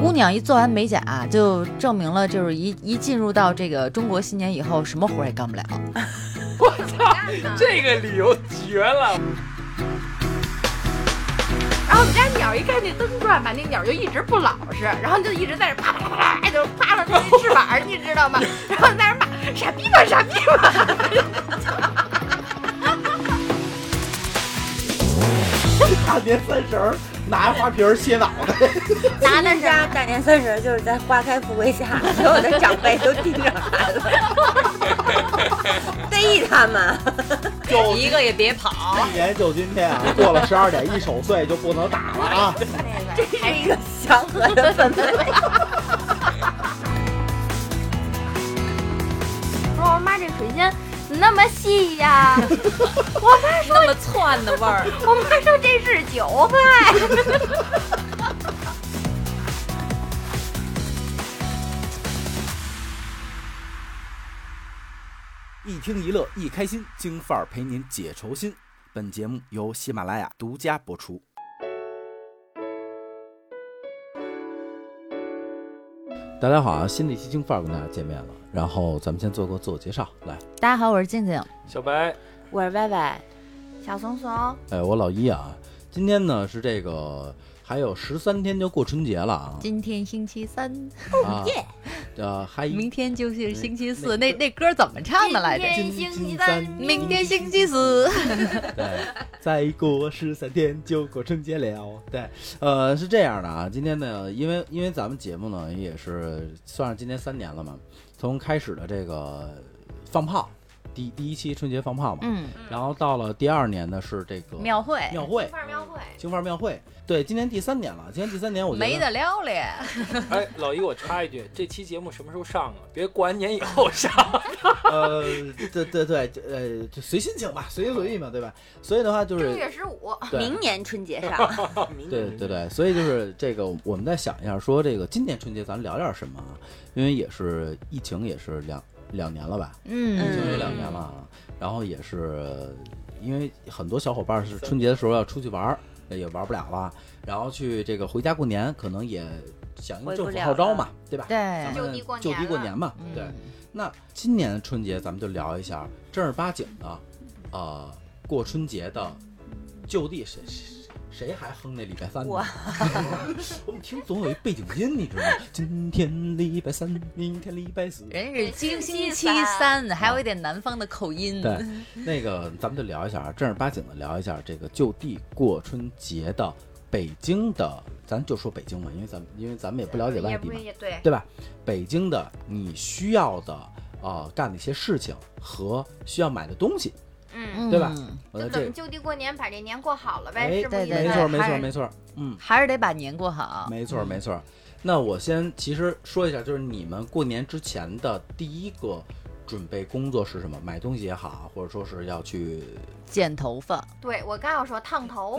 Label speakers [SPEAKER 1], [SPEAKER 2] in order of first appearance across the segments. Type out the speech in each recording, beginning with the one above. [SPEAKER 1] 姑娘一做完美甲、就证明了，就是一一进入到这个中国新年以后，什么活儿也干不了。
[SPEAKER 2] 我操，
[SPEAKER 3] 啊
[SPEAKER 2] 这个理由绝了！
[SPEAKER 4] 然后我们家鸟一看那灯转吧，那鸟就一直不老实，然后就一直在那啪啪啪啪，就啪上那翅膀，你知道吗？然后在那骂傻逼吧，傻逼吧。
[SPEAKER 5] 大年三十儿拿花瓶儿歇脑袋，
[SPEAKER 6] 咱们家大年三十就是在花开富贵下，所有的长辈都盯着孩子，逮他们。
[SPEAKER 5] 就
[SPEAKER 7] 一个也别跑。
[SPEAKER 5] 一年就今天啊，过了十二点一守岁就不能打了啊！
[SPEAKER 6] 这是一个祥和的氛围。
[SPEAKER 4] 说我哦妈这水仙怎么那么细 呀、我妈说，
[SPEAKER 7] 那么窜的味儿，
[SPEAKER 4] 我妈说这是啊韭菜。
[SPEAKER 3] 一听一乐一开心，京范儿陪您解愁心。本节目由喜马拉雅独家播出。大家好啊，新的一期京范儿跟大家见面了。然后咱们先做个自我介绍，来，
[SPEAKER 1] 大家好，我是静静。
[SPEAKER 2] 小白，
[SPEAKER 6] 我是歪歪，
[SPEAKER 4] 小怂怂，
[SPEAKER 3] 哎，我老一啊，今天呢是这个还有十三天就过春节了啊，
[SPEAKER 1] 今天星期三，
[SPEAKER 3] 啊，呃，还
[SPEAKER 1] 明天就是星期四。那
[SPEAKER 3] 那
[SPEAKER 1] 那歌怎么唱的来着？
[SPEAKER 4] 今
[SPEAKER 3] 今
[SPEAKER 4] 天星期
[SPEAKER 3] 三
[SPEAKER 4] 三，
[SPEAKER 1] 明天星期四，
[SPEAKER 3] 对，再过十三天就过春节了。对，呃，是这样的啊，今天呢，因为因为咱们节目呢也是算是今年三年了嘛，从开始的这个放炮，第第一期春节放炮嘛，
[SPEAKER 1] 嗯，
[SPEAKER 3] 然后到了第二年呢是这个
[SPEAKER 1] 庙会
[SPEAKER 3] 庙会。
[SPEAKER 4] 块庙会。
[SPEAKER 3] 京范儿庙会，对，今年第三年了。今年第三年，我觉得
[SPEAKER 1] 没得聊了。
[SPEAKER 2] 哎，老一，我插一句，这期节目什么时候上啊？别过完年以后上。
[SPEAKER 3] 呃，对对对，呃，就随心情吧，随心所欲嘛，对吧？所以的话就
[SPEAKER 4] 正
[SPEAKER 3] 是，
[SPEAKER 4] 月十五，
[SPEAKER 3] 对
[SPEAKER 6] 明年春节上，
[SPEAKER 3] 对对对，所以就是这个，我们再想一下，说这个今年春节咱聊点什么啊？因为也是疫情，也是两两年了吧，疫
[SPEAKER 1] 嗯
[SPEAKER 6] 嗯
[SPEAKER 3] 情有两年了啊。然后也是因为很多小伙伴是春节的时候要出去玩儿，也玩不了了，然后去这个回家过年，可能也响应
[SPEAKER 6] 回不
[SPEAKER 3] 政府
[SPEAKER 6] 了
[SPEAKER 3] 号召
[SPEAKER 6] 了
[SPEAKER 3] 嘛，对吧？
[SPEAKER 1] 对嗯
[SPEAKER 3] 咱，们
[SPEAKER 4] 就地过
[SPEAKER 3] 就地
[SPEAKER 4] 年
[SPEAKER 3] 过
[SPEAKER 4] 了
[SPEAKER 3] 年嘛，对。那今年春节咱们就聊一下正儿八经的，呃，过春节的就地谁谁谁还哼那礼拜三呢？
[SPEAKER 6] 我
[SPEAKER 3] 我们听总有一背景音，你知道吗？今天礼拜三，明天礼拜四。
[SPEAKER 1] 人家是星期三，还有一点南方的口音。
[SPEAKER 3] 对，嗯那个咱们就聊一下啊，正儿八经的聊一下这个就地过春节的北京的，咱就说北京嘛，因为咱们因为咱们也不了解外
[SPEAKER 4] 也
[SPEAKER 3] 地
[SPEAKER 4] 不
[SPEAKER 3] 嘛，
[SPEAKER 4] 也对，
[SPEAKER 3] 对吧？北京的你需要的呃干的一些事情和需要买的东西，
[SPEAKER 4] 嗯，
[SPEAKER 1] 嗯
[SPEAKER 3] 对吧我
[SPEAKER 4] 就
[SPEAKER 3] 在
[SPEAKER 4] 怎
[SPEAKER 3] 这
[SPEAKER 4] 么 就地过年，把这年过好了
[SPEAKER 3] 哎
[SPEAKER 4] 呗，是不是？
[SPEAKER 1] 对
[SPEAKER 3] 没
[SPEAKER 1] 对
[SPEAKER 3] 错没
[SPEAKER 1] 还
[SPEAKER 3] 错
[SPEAKER 1] 是
[SPEAKER 3] 没错，嗯，
[SPEAKER 1] 还是得把年过好。
[SPEAKER 3] 没错没错。那我先其实说一下，就是你们过年之前的第一个准备工作是什么？买东西也好，或者说是要去
[SPEAKER 1] 剪头发。
[SPEAKER 4] 对我刚要说烫头，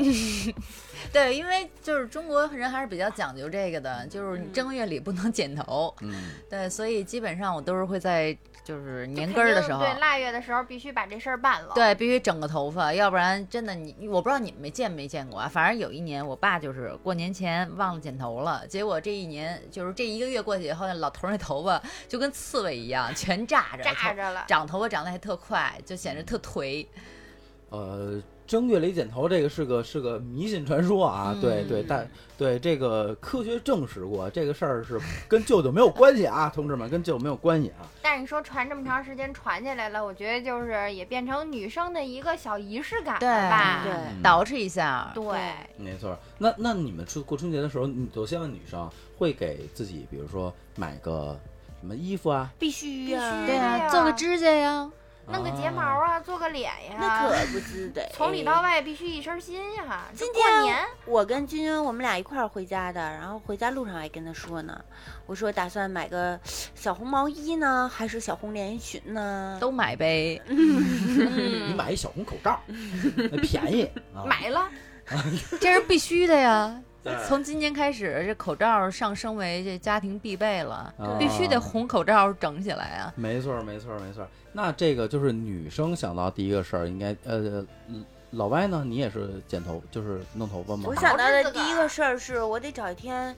[SPEAKER 1] 对，因为就是中国人还是比较讲究这个
[SPEAKER 4] 嗯
[SPEAKER 1] 的，就是你正月里不能剪头。
[SPEAKER 3] 嗯
[SPEAKER 1] 对，所以基本上我都是会在就是
[SPEAKER 4] 就
[SPEAKER 1] 年
[SPEAKER 4] 肯
[SPEAKER 1] 根儿的
[SPEAKER 4] 定
[SPEAKER 1] 时候，
[SPEAKER 4] 对腊月的时候必须把这事儿办了。
[SPEAKER 1] 对，必须整个头发，要不然真的你，我不知道你们没见没见过啊。反正有一年，我爸就是过年前忘了剪头了，结果这一年就是这一个月过去以后，那老头儿那头发就跟刺猬一样，全炸着，
[SPEAKER 4] 炸
[SPEAKER 1] 头
[SPEAKER 4] 着嗯了，
[SPEAKER 1] 长头发长得还特快，就显得特颓。
[SPEAKER 3] 呃。正月里剪头这个是个是个迷信传说啊，
[SPEAKER 1] 嗯
[SPEAKER 3] 对对，但对这个科学证实过，这个事儿是跟舅舅没有关系啊，同志们跟舅舅没有关系啊。
[SPEAKER 4] 但是你说传这么长时间传下来了，我觉得就是也变成女生的一个小仪式感
[SPEAKER 1] 对
[SPEAKER 4] 了吧？
[SPEAKER 6] 对
[SPEAKER 3] 嗯
[SPEAKER 1] 捯饬一下，
[SPEAKER 4] 对
[SPEAKER 3] 没错儿，那那你们春过春节的时候，你我先问女生会给自己，比如说买个什么衣服啊，
[SPEAKER 6] 必须呀
[SPEAKER 1] 对
[SPEAKER 4] 对
[SPEAKER 1] 啊，
[SPEAKER 4] 呀
[SPEAKER 1] 做个指甲呀，
[SPEAKER 4] 弄个睫毛啊，做个脸呀，
[SPEAKER 6] 那可不是的，
[SPEAKER 4] 从里到外必须一身新呀。这
[SPEAKER 6] 今
[SPEAKER 4] 过
[SPEAKER 6] 天
[SPEAKER 4] 年
[SPEAKER 6] 我跟君君我们俩一块儿回家的，然后回家路上还跟他说呢，我说打算买个小红毛衣呢，还是小红连衣裙呢？
[SPEAKER 1] 都买呗。
[SPEAKER 3] 你买一小红口罩，那便宜啊，
[SPEAKER 4] 嗯 买了，
[SPEAKER 1] 这是必须的呀
[SPEAKER 3] 对。
[SPEAKER 1] 从今年开始，这口罩上升为这家庭必备了，
[SPEAKER 3] 啊
[SPEAKER 1] 必须得红口罩整起来啊！
[SPEAKER 3] 没错儿，没错儿，没错儿。那这个就是女生想到第一个事儿，应该呃，老歪呢，你也是剪头，就是弄头发吗
[SPEAKER 4] 啊
[SPEAKER 6] 我？想到
[SPEAKER 4] 捯
[SPEAKER 6] 的
[SPEAKER 4] 饬自个儿
[SPEAKER 6] 第一个事儿是我得找一天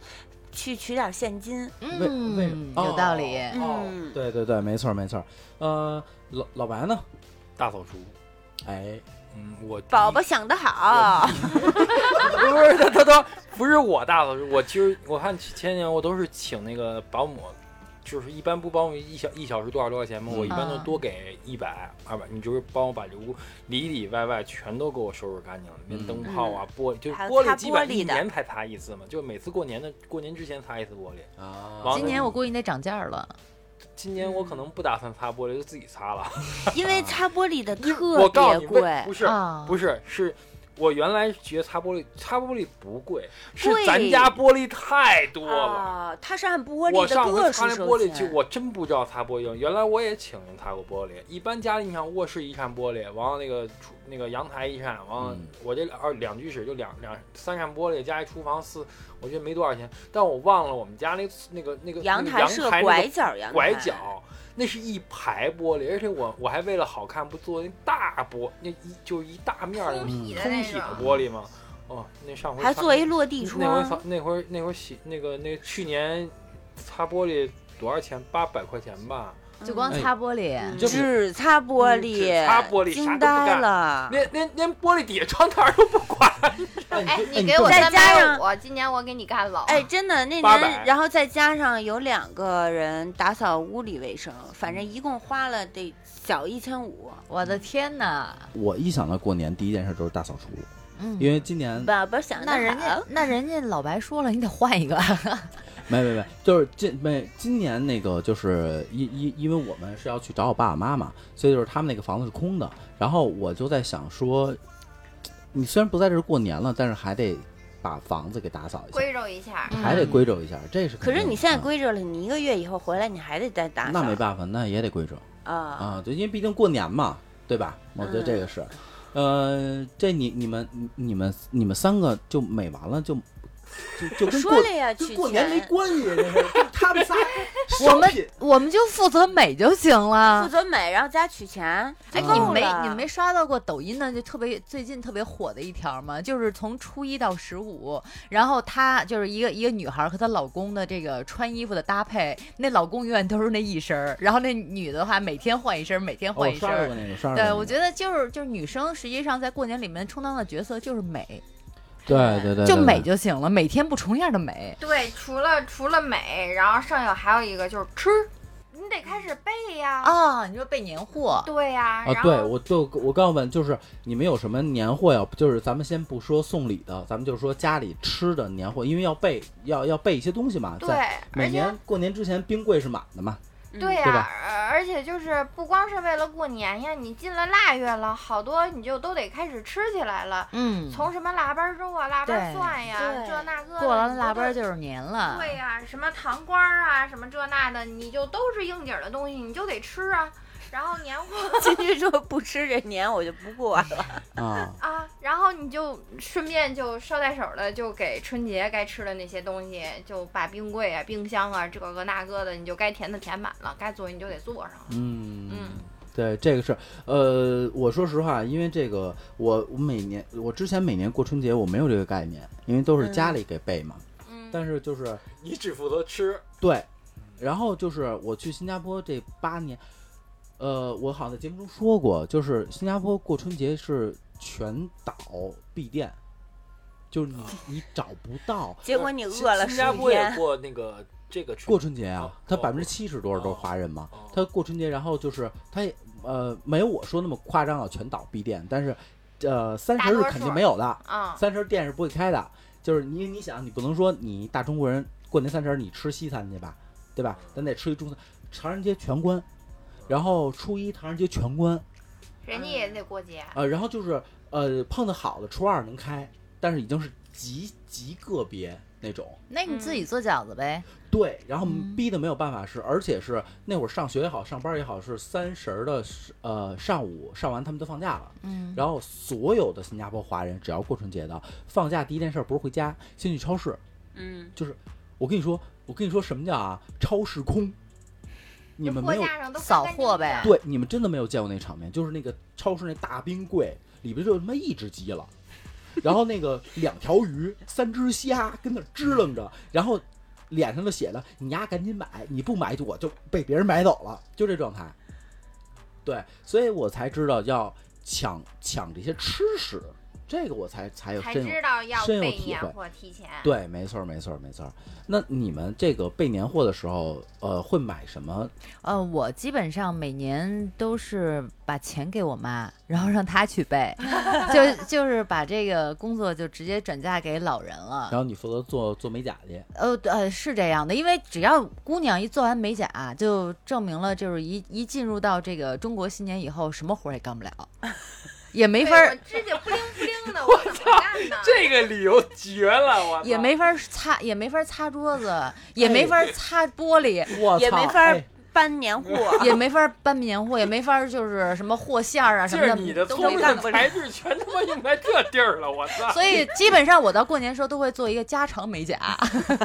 [SPEAKER 6] 去取点现金。
[SPEAKER 3] 为为
[SPEAKER 1] 嗯，
[SPEAKER 3] 哦
[SPEAKER 1] 有道理。
[SPEAKER 2] 哦，
[SPEAKER 6] 嗯，
[SPEAKER 3] 对对对，没错没错。呃，老老白呢？
[SPEAKER 2] 大扫除，
[SPEAKER 3] 哎，
[SPEAKER 2] 嗯，我
[SPEAKER 6] 宝宝想得好，
[SPEAKER 2] 不是他他他不是我大扫除，我其实我看前年我都是请那个保姆，就是一般不保姆一小一小时多少多少钱吗？我一般都
[SPEAKER 1] 嗯
[SPEAKER 2] 多给一百二百，你就是帮我把这屋里里外外全都给我收拾干净了，连
[SPEAKER 3] 嗯
[SPEAKER 2] 灯泡啊玻璃就是
[SPEAKER 6] 嗯还有
[SPEAKER 2] 玻
[SPEAKER 6] 擦
[SPEAKER 2] 璃基
[SPEAKER 6] 玻
[SPEAKER 2] 本
[SPEAKER 6] 璃
[SPEAKER 2] 一
[SPEAKER 6] 的
[SPEAKER 2] 年才擦一次嘛，就每次过年的过年之前擦一次玻璃。
[SPEAKER 3] 啊
[SPEAKER 2] 王
[SPEAKER 1] 今年我估计你得涨价了，
[SPEAKER 2] 今年我可
[SPEAKER 6] 嗯
[SPEAKER 2] 能不打算擦玻璃，就自己擦了。
[SPEAKER 6] 因为擦玻璃的
[SPEAKER 2] 我
[SPEAKER 6] 特
[SPEAKER 2] 告诉
[SPEAKER 6] 别
[SPEAKER 2] 你为，
[SPEAKER 6] 贵，
[SPEAKER 2] 不是、
[SPEAKER 1] 啊
[SPEAKER 2] 不是是。我原来觉得擦玻璃，擦玻璃不贵，是
[SPEAKER 6] 贵
[SPEAKER 2] 咱家玻璃太多了。
[SPEAKER 6] 啊，它是按玻
[SPEAKER 2] 我
[SPEAKER 6] 璃的
[SPEAKER 2] 上
[SPEAKER 6] 个
[SPEAKER 2] 回
[SPEAKER 6] 数
[SPEAKER 2] 擦那
[SPEAKER 6] 收
[SPEAKER 2] 玻璃就
[SPEAKER 6] 钱。
[SPEAKER 2] 我真不知道擦玻璃用，原来我也请人擦过玻璃。一般家里你看卧室一扇玻璃，完了那个厨那个阳台一扇，完了
[SPEAKER 3] 嗯
[SPEAKER 2] 我这二两居室就两两三扇玻璃加一厨房四，我觉得没多少钱。但我忘了我们家那那个那个
[SPEAKER 6] 阳
[SPEAKER 2] 那
[SPEAKER 6] 台是个
[SPEAKER 2] 阳台
[SPEAKER 6] 拐
[SPEAKER 2] 那
[SPEAKER 6] 角阳
[SPEAKER 2] 个
[SPEAKER 6] 台，
[SPEAKER 2] 拐角，那是一排玻璃，而且我我还为了好看不做那大玻那一就是一大面儿的
[SPEAKER 3] 嗯
[SPEAKER 2] 通体的玻璃嘛。哦，那上回
[SPEAKER 6] 还
[SPEAKER 2] 擦
[SPEAKER 6] 做一落地
[SPEAKER 2] 那回
[SPEAKER 6] 窗
[SPEAKER 2] 扫，那回那回洗那个那去年擦玻璃多少钱？八百块钱吧。
[SPEAKER 1] 就光
[SPEAKER 3] 哎
[SPEAKER 1] 擦玻璃，
[SPEAKER 6] 嗯
[SPEAKER 3] 这不
[SPEAKER 6] 只擦玻
[SPEAKER 2] 只
[SPEAKER 6] 璃，
[SPEAKER 2] 擦玻璃啥都
[SPEAKER 6] 惊
[SPEAKER 2] 不
[SPEAKER 6] 呆
[SPEAKER 2] 干
[SPEAKER 6] 了。
[SPEAKER 2] 连连连玻璃底下窗台都不管，
[SPEAKER 4] 哎，
[SPEAKER 3] 哎
[SPEAKER 4] 你给我
[SPEAKER 3] 你
[SPEAKER 6] 再
[SPEAKER 4] 三
[SPEAKER 6] 加
[SPEAKER 4] 百
[SPEAKER 6] 上
[SPEAKER 4] 五，今年我给你干了。
[SPEAKER 6] 哎，，真的那
[SPEAKER 2] 800
[SPEAKER 6] 年，然后再加上有两个人打扫屋里卫生，反
[SPEAKER 2] 嗯
[SPEAKER 6] 正一共花了得小一千五。
[SPEAKER 1] 我的天哪！
[SPEAKER 3] 我一想到过年，第一件事就是大扫除，
[SPEAKER 1] 嗯，
[SPEAKER 3] 因为今年
[SPEAKER 6] 宝宝想
[SPEAKER 1] 那人
[SPEAKER 6] 得
[SPEAKER 1] 家
[SPEAKER 6] 好，
[SPEAKER 1] 那人家老白说了，你得换一个。
[SPEAKER 3] 没没没，就是今没今年那个就是因因因为我们是要去找我爸爸妈妈，所以就是他们那个房子是空的。然后我就在想说，你虽然不在这儿过年了，但是还得把房子给打扫一下，
[SPEAKER 4] 归嗯拢一下，
[SPEAKER 1] 嗯
[SPEAKER 3] 还得归整一下，这是
[SPEAKER 6] 可
[SPEAKER 3] 肯定的。
[SPEAKER 6] 是你现在
[SPEAKER 3] 嗯
[SPEAKER 6] 归着了，你一个月以后回来，你还得再打扫。
[SPEAKER 3] 那没办法，那也得归整
[SPEAKER 6] 啊，
[SPEAKER 3] 啊，对，因为毕竟过年嘛，对吧？我觉得这个是，呃，这你你们你你们你们三个就美完了就就就跟过
[SPEAKER 6] 说了呀，
[SPEAKER 5] 跟
[SPEAKER 6] 取
[SPEAKER 5] 过年没
[SPEAKER 6] 钱
[SPEAKER 5] 关系，这 是跟他们仨
[SPEAKER 1] 我
[SPEAKER 5] 商
[SPEAKER 1] 们
[SPEAKER 5] 品。
[SPEAKER 1] 我们就负责美就行
[SPEAKER 6] 负
[SPEAKER 1] 了。
[SPEAKER 6] 责美，然后加取钱。啊
[SPEAKER 1] 哎，
[SPEAKER 6] 就
[SPEAKER 1] 你
[SPEAKER 6] 啊够
[SPEAKER 1] 没
[SPEAKER 6] 了
[SPEAKER 1] 你没刷到过抖音的就特别最近特别火的一条吗？就是从初一到十五，然后她就是一个一个女孩和她老公的这个穿衣服的搭配，那老公永远都是那一身儿，然后那女的话每天换一身儿，每天
[SPEAKER 3] 哦
[SPEAKER 1] 换一身
[SPEAKER 3] 刷着
[SPEAKER 1] 儿。
[SPEAKER 3] 过那个刷着过那
[SPEAKER 1] 对，
[SPEAKER 3] 个
[SPEAKER 1] 我觉得就是就是女生实际上在过年里面充当的角色就是美，
[SPEAKER 3] 对对对，
[SPEAKER 1] 就
[SPEAKER 3] 对
[SPEAKER 1] 美就行了，每天不重样的美。
[SPEAKER 4] 对，除了除了美，然后剩下还有一个就是吃，你得开始备呀。
[SPEAKER 1] 啊、你说备年货，
[SPEAKER 4] 对呀，
[SPEAKER 3] 啊
[SPEAKER 4] 然，
[SPEAKER 3] 对，
[SPEAKER 4] 后
[SPEAKER 3] 我就我刚要问，就是你们有什么年货要？就是咱们先不说送礼的，咱们就说家里吃的年货，因为要备要要备一些东西嘛。
[SPEAKER 4] 对
[SPEAKER 3] 在，每
[SPEAKER 4] 而且
[SPEAKER 3] 年过年之前冰柜是满的嘛。
[SPEAKER 4] 对呀、
[SPEAKER 3] 对吧
[SPEAKER 4] 呃而且就是不光是为了过年呀，你进了腊月了，好多你就都得开始吃起来了。
[SPEAKER 1] 嗯，
[SPEAKER 4] 从什么腊八粥啊、腊八
[SPEAKER 1] 对
[SPEAKER 4] 蒜呀，
[SPEAKER 6] 对
[SPEAKER 4] 这那个的
[SPEAKER 1] 过完
[SPEAKER 4] 你
[SPEAKER 1] 腊
[SPEAKER 4] 都
[SPEAKER 1] 八
[SPEAKER 4] 得
[SPEAKER 1] 就是年了。
[SPEAKER 4] 对呀、什么糖瓜儿啊，什么这那的，你就都是应景儿的东西，你就得吃啊。然后年货
[SPEAKER 6] 进去说不吃这年我就不过了。
[SPEAKER 3] 啊，
[SPEAKER 4] 啊，然后你就顺便就捎带手儿的，就给春节该吃的那些东西，就把冰柜啊、冰箱啊这个那个的，你就该填的填满了，该做你就得做上了。
[SPEAKER 3] 嗯
[SPEAKER 4] 嗯
[SPEAKER 3] 对，这个是，呃，我说实话，因为这个，我我每年，我之前每年过春节，我没有这个概念，因为都是家里给备嘛。
[SPEAKER 4] 嗯，
[SPEAKER 3] 但是就是
[SPEAKER 2] 你只负责吃。
[SPEAKER 3] 对，然后就是我去新加坡这八年，呃，我好像在节目中说过，就是新加坡过春节是全岛闭店，就是你你找不到
[SPEAKER 6] 结果你饿了
[SPEAKER 2] 新
[SPEAKER 6] 十
[SPEAKER 2] 加
[SPEAKER 6] 五
[SPEAKER 2] 坡也
[SPEAKER 6] 天，
[SPEAKER 2] 过那个这个春
[SPEAKER 3] 过春节啊
[SPEAKER 2] 哦，
[SPEAKER 3] 他
[SPEAKER 2] 哦
[SPEAKER 3] 百分之七十多少都是华人嘛
[SPEAKER 2] 哦，
[SPEAKER 3] 他过春节，然后就是他也呃没有我说那么夸张啊，全岛闭店，但是呃三十是肯定没有的，
[SPEAKER 4] 啊、
[SPEAKER 3] 三十店是不会开的，就是你你想，你不能说你大中国人过年三十儿你吃西餐去吧，对吧？咱得吃一中餐，唐人街全关，然后初一唐人街全关，
[SPEAKER 4] 人家也得过节。
[SPEAKER 3] 呃，然后就是呃碰的好的初二能开，但是已经是极极个别那种。
[SPEAKER 1] 那你
[SPEAKER 4] 嗯
[SPEAKER 1] 自己做饺子呗。
[SPEAKER 3] 对，然后
[SPEAKER 1] 嗯
[SPEAKER 3] 逼的没有办法是，而且是那会儿上学也好，上班也好，是三十儿的呃上午上完他们都放假了，
[SPEAKER 1] 嗯，
[SPEAKER 3] 然后所有的新加坡华人只要过春节的放假第一件事儿不是回家，先去超市。
[SPEAKER 6] 嗯，
[SPEAKER 3] 我跟你说，我跟你说什么叫啊超市空？你们没有
[SPEAKER 4] 货架上都干
[SPEAKER 1] 扫
[SPEAKER 4] 干
[SPEAKER 1] 货
[SPEAKER 4] 净
[SPEAKER 1] 呗
[SPEAKER 4] 净的
[SPEAKER 3] 对，你们真的没有见过那场面，就是那个超市那大冰柜里边就他妈一只鸡了，然后那个两条鱼、三只虾跟那支棱着，然后脸上就写了“你丫赶紧买，你不买我就被别人买走了”，就这状态。对，所以我才知道要抢抢这些吃食，这个我才才有
[SPEAKER 4] 才
[SPEAKER 3] 深有
[SPEAKER 4] 知道要
[SPEAKER 3] 深有
[SPEAKER 4] 备
[SPEAKER 3] 体
[SPEAKER 4] 年
[SPEAKER 3] 会
[SPEAKER 4] 货提前。
[SPEAKER 3] 对，没错儿，没错儿，没错儿。那你们这个备年货的时候，呃，会买什
[SPEAKER 6] 啊
[SPEAKER 3] 么？
[SPEAKER 1] 呃，我基本上每年都是把钱给我妈，然后让她去备，就就是把这个工作就直接转嫁给老人了
[SPEAKER 3] 然。后你负责做做美甲去，
[SPEAKER 1] 呃对呃，是这样的，因为只要姑娘一做完美甲，就证明了就是一一进入到这个中国新年以后，什么活儿也干不了，也没
[SPEAKER 4] 对
[SPEAKER 1] 法
[SPEAKER 4] 我
[SPEAKER 1] 儿。
[SPEAKER 4] 指甲不灵不 灵的，我怎么干呢？
[SPEAKER 2] 这个理由绝了，我操
[SPEAKER 1] 也没法儿擦，也没法儿擦桌子，也
[SPEAKER 2] 哎
[SPEAKER 1] 没法儿擦玻璃，
[SPEAKER 3] 我
[SPEAKER 6] 也
[SPEAKER 3] 操
[SPEAKER 6] 没法儿
[SPEAKER 3] 哎
[SPEAKER 6] 搬年货。
[SPEAKER 1] 也没法儿搬年货，也没法儿就是什么和馅儿啊什
[SPEAKER 2] 就
[SPEAKER 1] 么
[SPEAKER 2] 是
[SPEAKER 1] 的，
[SPEAKER 2] 你的
[SPEAKER 1] 都
[SPEAKER 2] 聪
[SPEAKER 1] 没
[SPEAKER 2] 明
[SPEAKER 1] 办
[SPEAKER 2] 的
[SPEAKER 1] 法。
[SPEAKER 2] 才智全他妈用在这地儿了，我 操！
[SPEAKER 1] 所以基本上我到过年时候都会做一个加长美甲，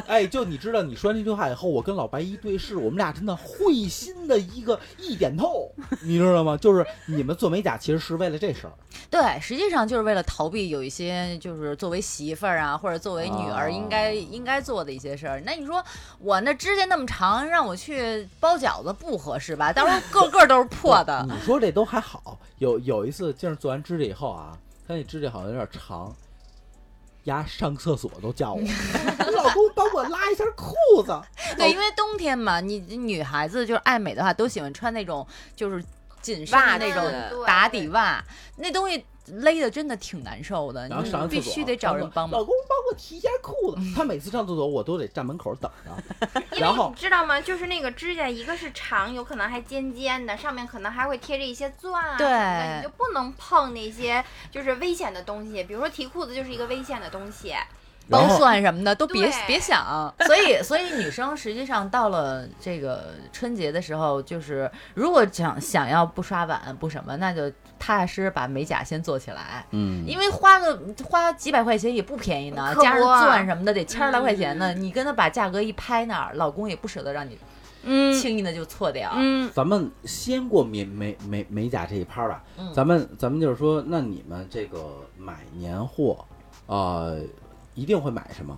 [SPEAKER 3] 哎，就你知道，你说完这句话以后，我跟老白一对视，我们俩真的会心的一个一点透，你知道吗？就是你们做美甲其实是为了这事 儿，
[SPEAKER 1] 啊对，实际上就是为了逃避有一些就是作为媳妇儿啊，或者作为女
[SPEAKER 3] 哦
[SPEAKER 1] 儿应该、应该做的一些事儿。那你说我那指甲那么长，让我去包饺子不合适吧？到时候个个都是破 的
[SPEAKER 3] 你说这都还好，有有一次就是做完指甲以后啊，他那指甲好像有点长，丫上厕所都叫我，老公帮我拉一下裤子。
[SPEAKER 1] 对，因为冬天嘛，你你女孩子就是爱美的话，都喜欢穿那种就是紧身
[SPEAKER 6] 袜
[SPEAKER 1] 的那
[SPEAKER 6] 子
[SPEAKER 1] 种
[SPEAKER 4] 对
[SPEAKER 1] 打底袜，那东西勒的真的挺难受的，
[SPEAKER 3] 然后
[SPEAKER 1] 你
[SPEAKER 3] 上完厕
[SPEAKER 1] 必
[SPEAKER 3] 所
[SPEAKER 1] 须得找人帮忙
[SPEAKER 3] 老。公帮我提一下裤子。他每次上厕所我都得站门口等着，
[SPEAKER 4] 因为
[SPEAKER 3] 然后
[SPEAKER 4] 你知道吗？就是那个指甲，一个是长，有可能还尖尖的，上面可能还会贴着一些钻啊什
[SPEAKER 1] 对
[SPEAKER 4] 么的，你就不能碰那些就是危险的东西，比如说提裤子就是一个危险的东西。
[SPEAKER 1] 包
[SPEAKER 3] 然后
[SPEAKER 1] 蒜什么的都别
[SPEAKER 4] 对
[SPEAKER 1] 别想。所以，所以女生实际上到了这个春节的时候，就是如果想想要不刷碗不什么，那就踏踏实实把美甲先做起来。
[SPEAKER 3] 嗯
[SPEAKER 1] 因为花个花几百块钱也不嗯便宜呢，
[SPEAKER 4] 可不
[SPEAKER 1] 加上
[SPEAKER 4] 啊
[SPEAKER 1] 钻什么的得千来块钱呢。你跟他把价格一拍那儿，老公也不舍得让你
[SPEAKER 4] 嗯
[SPEAKER 1] 轻易的就错掉。
[SPEAKER 4] 嗯，
[SPEAKER 3] 咱们先过美美美美甲这一趴吧，
[SPEAKER 1] 嗯
[SPEAKER 3] 咱们咱们就是说，那你们这个买年货，呃，一定会买什么？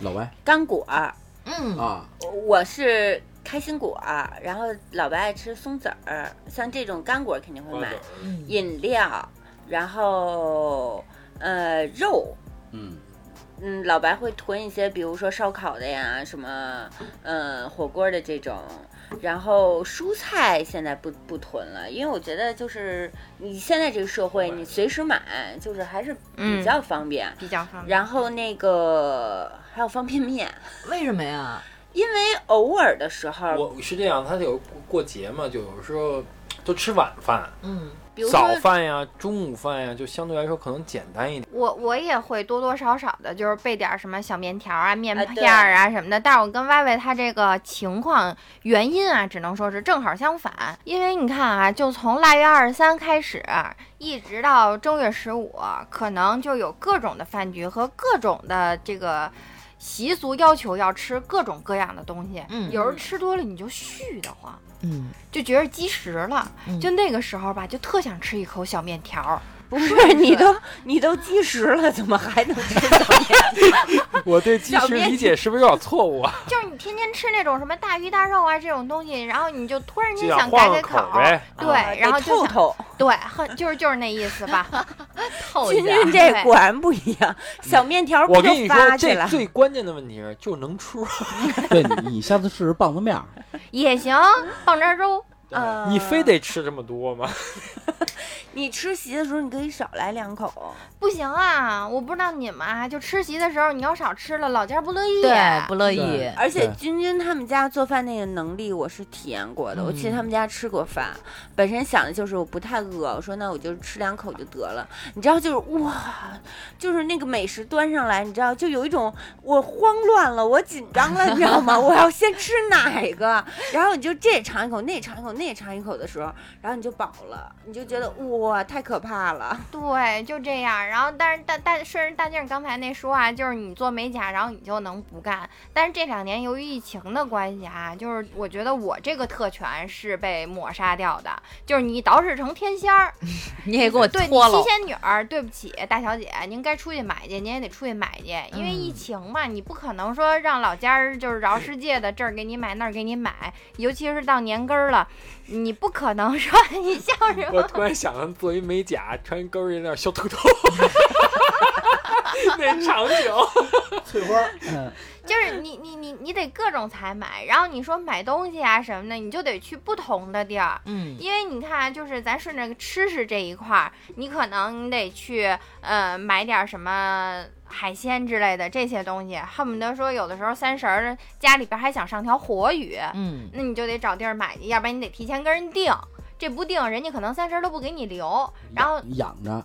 [SPEAKER 3] 老白
[SPEAKER 6] 干果儿，
[SPEAKER 1] 嗯，
[SPEAKER 3] 啊，
[SPEAKER 6] 我是开心果儿，然后老白爱吃松子儿，像这种干果儿肯定会买。
[SPEAKER 1] 嗯
[SPEAKER 6] 饮料，然后呃肉，
[SPEAKER 3] 嗯，
[SPEAKER 6] 嗯，老白会囤一些，比如说烧烤的呀，什么呃火锅的这种。然后蔬菜现在不不囤了，因为我觉得就是你现在这个社会，你随时买就是还是比
[SPEAKER 4] 嗯
[SPEAKER 6] 较方便。
[SPEAKER 4] 比较方便。
[SPEAKER 6] 然后那个还有方便面，
[SPEAKER 1] 为什么呀？
[SPEAKER 6] 因为偶尔的时候，
[SPEAKER 2] 我是这样，他有过过节嘛，就有时候都吃晚饭、
[SPEAKER 1] 嗯，
[SPEAKER 6] 比如
[SPEAKER 2] 早
[SPEAKER 6] 说
[SPEAKER 2] 饭呀、中午饭呀，就相对来说可能简单一点。
[SPEAKER 4] 我我也会多多少少的，就是备点儿什么小面条啊、面
[SPEAKER 6] 啊对
[SPEAKER 4] 片儿啊什么的。但是我跟歪歪他这个情况原因啊，只能说是正好相反。因为你看啊，就从腊月二十三开始，一直到正月十五，可能就有各种的饭局和各种的这个。习俗要求要吃各种各样的东西，
[SPEAKER 1] 嗯
[SPEAKER 4] 有时候吃多了你就絮得慌，
[SPEAKER 1] 嗯，
[SPEAKER 4] 就觉得积食了。
[SPEAKER 1] 嗯
[SPEAKER 4] 就那个时候吧，就特想吃一口小面条儿，
[SPEAKER 6] 不是你都你都积食了，怎么还能吃早面？
[SPEAKER 2] 我对鸡食理解是不是有点错误啊？
[SPEAKER 4] 就是你天天吃那种什么大鱼大肉啊这种东西，然后你就突然
[SPEAKER 2] 就
[SPEAKER 4] 间
[SPEAKER 2] 想
[SPEAKER 4] 想
[SPEAKER 2] 换个
[SPEAKER 4] 改改
[SPEAKER 2] 口啊呗。
[SPEAKER 4] 对，然后
[SPEAKER 6] 啊得
[SPEAKER 4] 就
[SPEAKER 6] 透
[SPEAKER 4] 想
[SPEAKER 6] 透。
[SPEAKER 4] 对，很就是就是那意思吧。
[SPEAKER 1] 透一
[SPEAKER 6] 君
[SPEAKER 1] 下。
[SPEAKER 6] 君这果然不一样，小面条不
[SPEAKER 2] 我
[SPEAKER 6] 就
[SPEAKER 2] 跟你
[SPEAKER 6] 发
[SPEAKER 2] 说，
[SPEAKER 6] 起
[SPEAKER 2] 这
[SPEAKER 6] 来？
[SPEAKER 2] 最关键的问题是，就能出。
[SPEAKER 3] 对你你下次试试棒子面儿，
[SPEAKER 4] 也行，棒渣粥。
[SPEAKER 6] 呃
[SPEAKER 2] 你非得吃这么多吗？
[SPEAKER 6] 你吃席的时候，你可以少来两口。
[SPEAKER 4] 不行啊！我不知道你们啊，就吃席的时候，你要少吃了，老家不乐意。啊
[SPEAKER 1] 对，不乐意
[SPEAKER 3] 对。
[SPEAKER 6] 而且
[SPEAKER 3] 对
[SPEAKER 6] 君君他们家做饭那个能力，我是体验过的。我去他们家吃过饭，本身想的就是我不太饿，我说那我就吃两口就得了。你知道，就是哇，就是那个美食端上来，你知道，就有一种我慌乱了，我紧张了，你知道吗？我要先吃哪个？然后你就这尝一口，那尝一口，那尝一口的时候，然后你就饱了，你就觉得哇、哇，太可怕了！
[SPEAKER 4] 对，就这样。然后，但是大大顺着大静儿刚才那说啊，就是你做美甲，然后你就能不干。但是这两年由于疫情的关系啊，就是我觉得我这个特权是被抹杀掉的，就是你捯饬成天仙儿，
[SPEAKER 1] 你也给我
[SPEAKER 4] 对你
[SPEAKER 1] 脱
[SPEAKER 4] 七
[SPEAKER 1] 了，
[SPEAKER 4] 仙女儿，对不起，大小姐，您该出去买去，您也得出去买去，因为疫
[SPEAKER 1] 嗯
[SPEAKER 4] 情嘛，你不可能说让老家儿就是饶世界的这儿给你买那儿给你买，尤其是到年根儿了，你不可能说 你像什
[SPEAKER 2] 我
[SPEAKER 4] 么。
[SPEAKER 2] 突然想到，做一美甲，穿高跟儿那小透透， 那场景，
[SPEAKER 5] 翠花儿，
[SPEAKER 3] 嗯
[SPEAKER 4] 就是你你你你得各种采买，然后你说买东西啊什么的，你就得去不同的地儿。
[SPEAKER 1] 嗯，
[SPEAKER 4] 因为你看啊，就是咱顺着吃食这一块儿，你可能你得去呃买点儿什么海鲜之类的这些东西，恨不得说有的时候三十儿家里边儿还想上条活鱼，
[SPEAKER 1] 嗯，
[SPEAKER 4] 那你就得找地儿买去，要不然你得提前跟人订。这不定，人家可能三十儿都不给你留，
[SPEAKER 6] 嗯
[SPEAKER 4] 然后
[SPEAKER 3] 养着，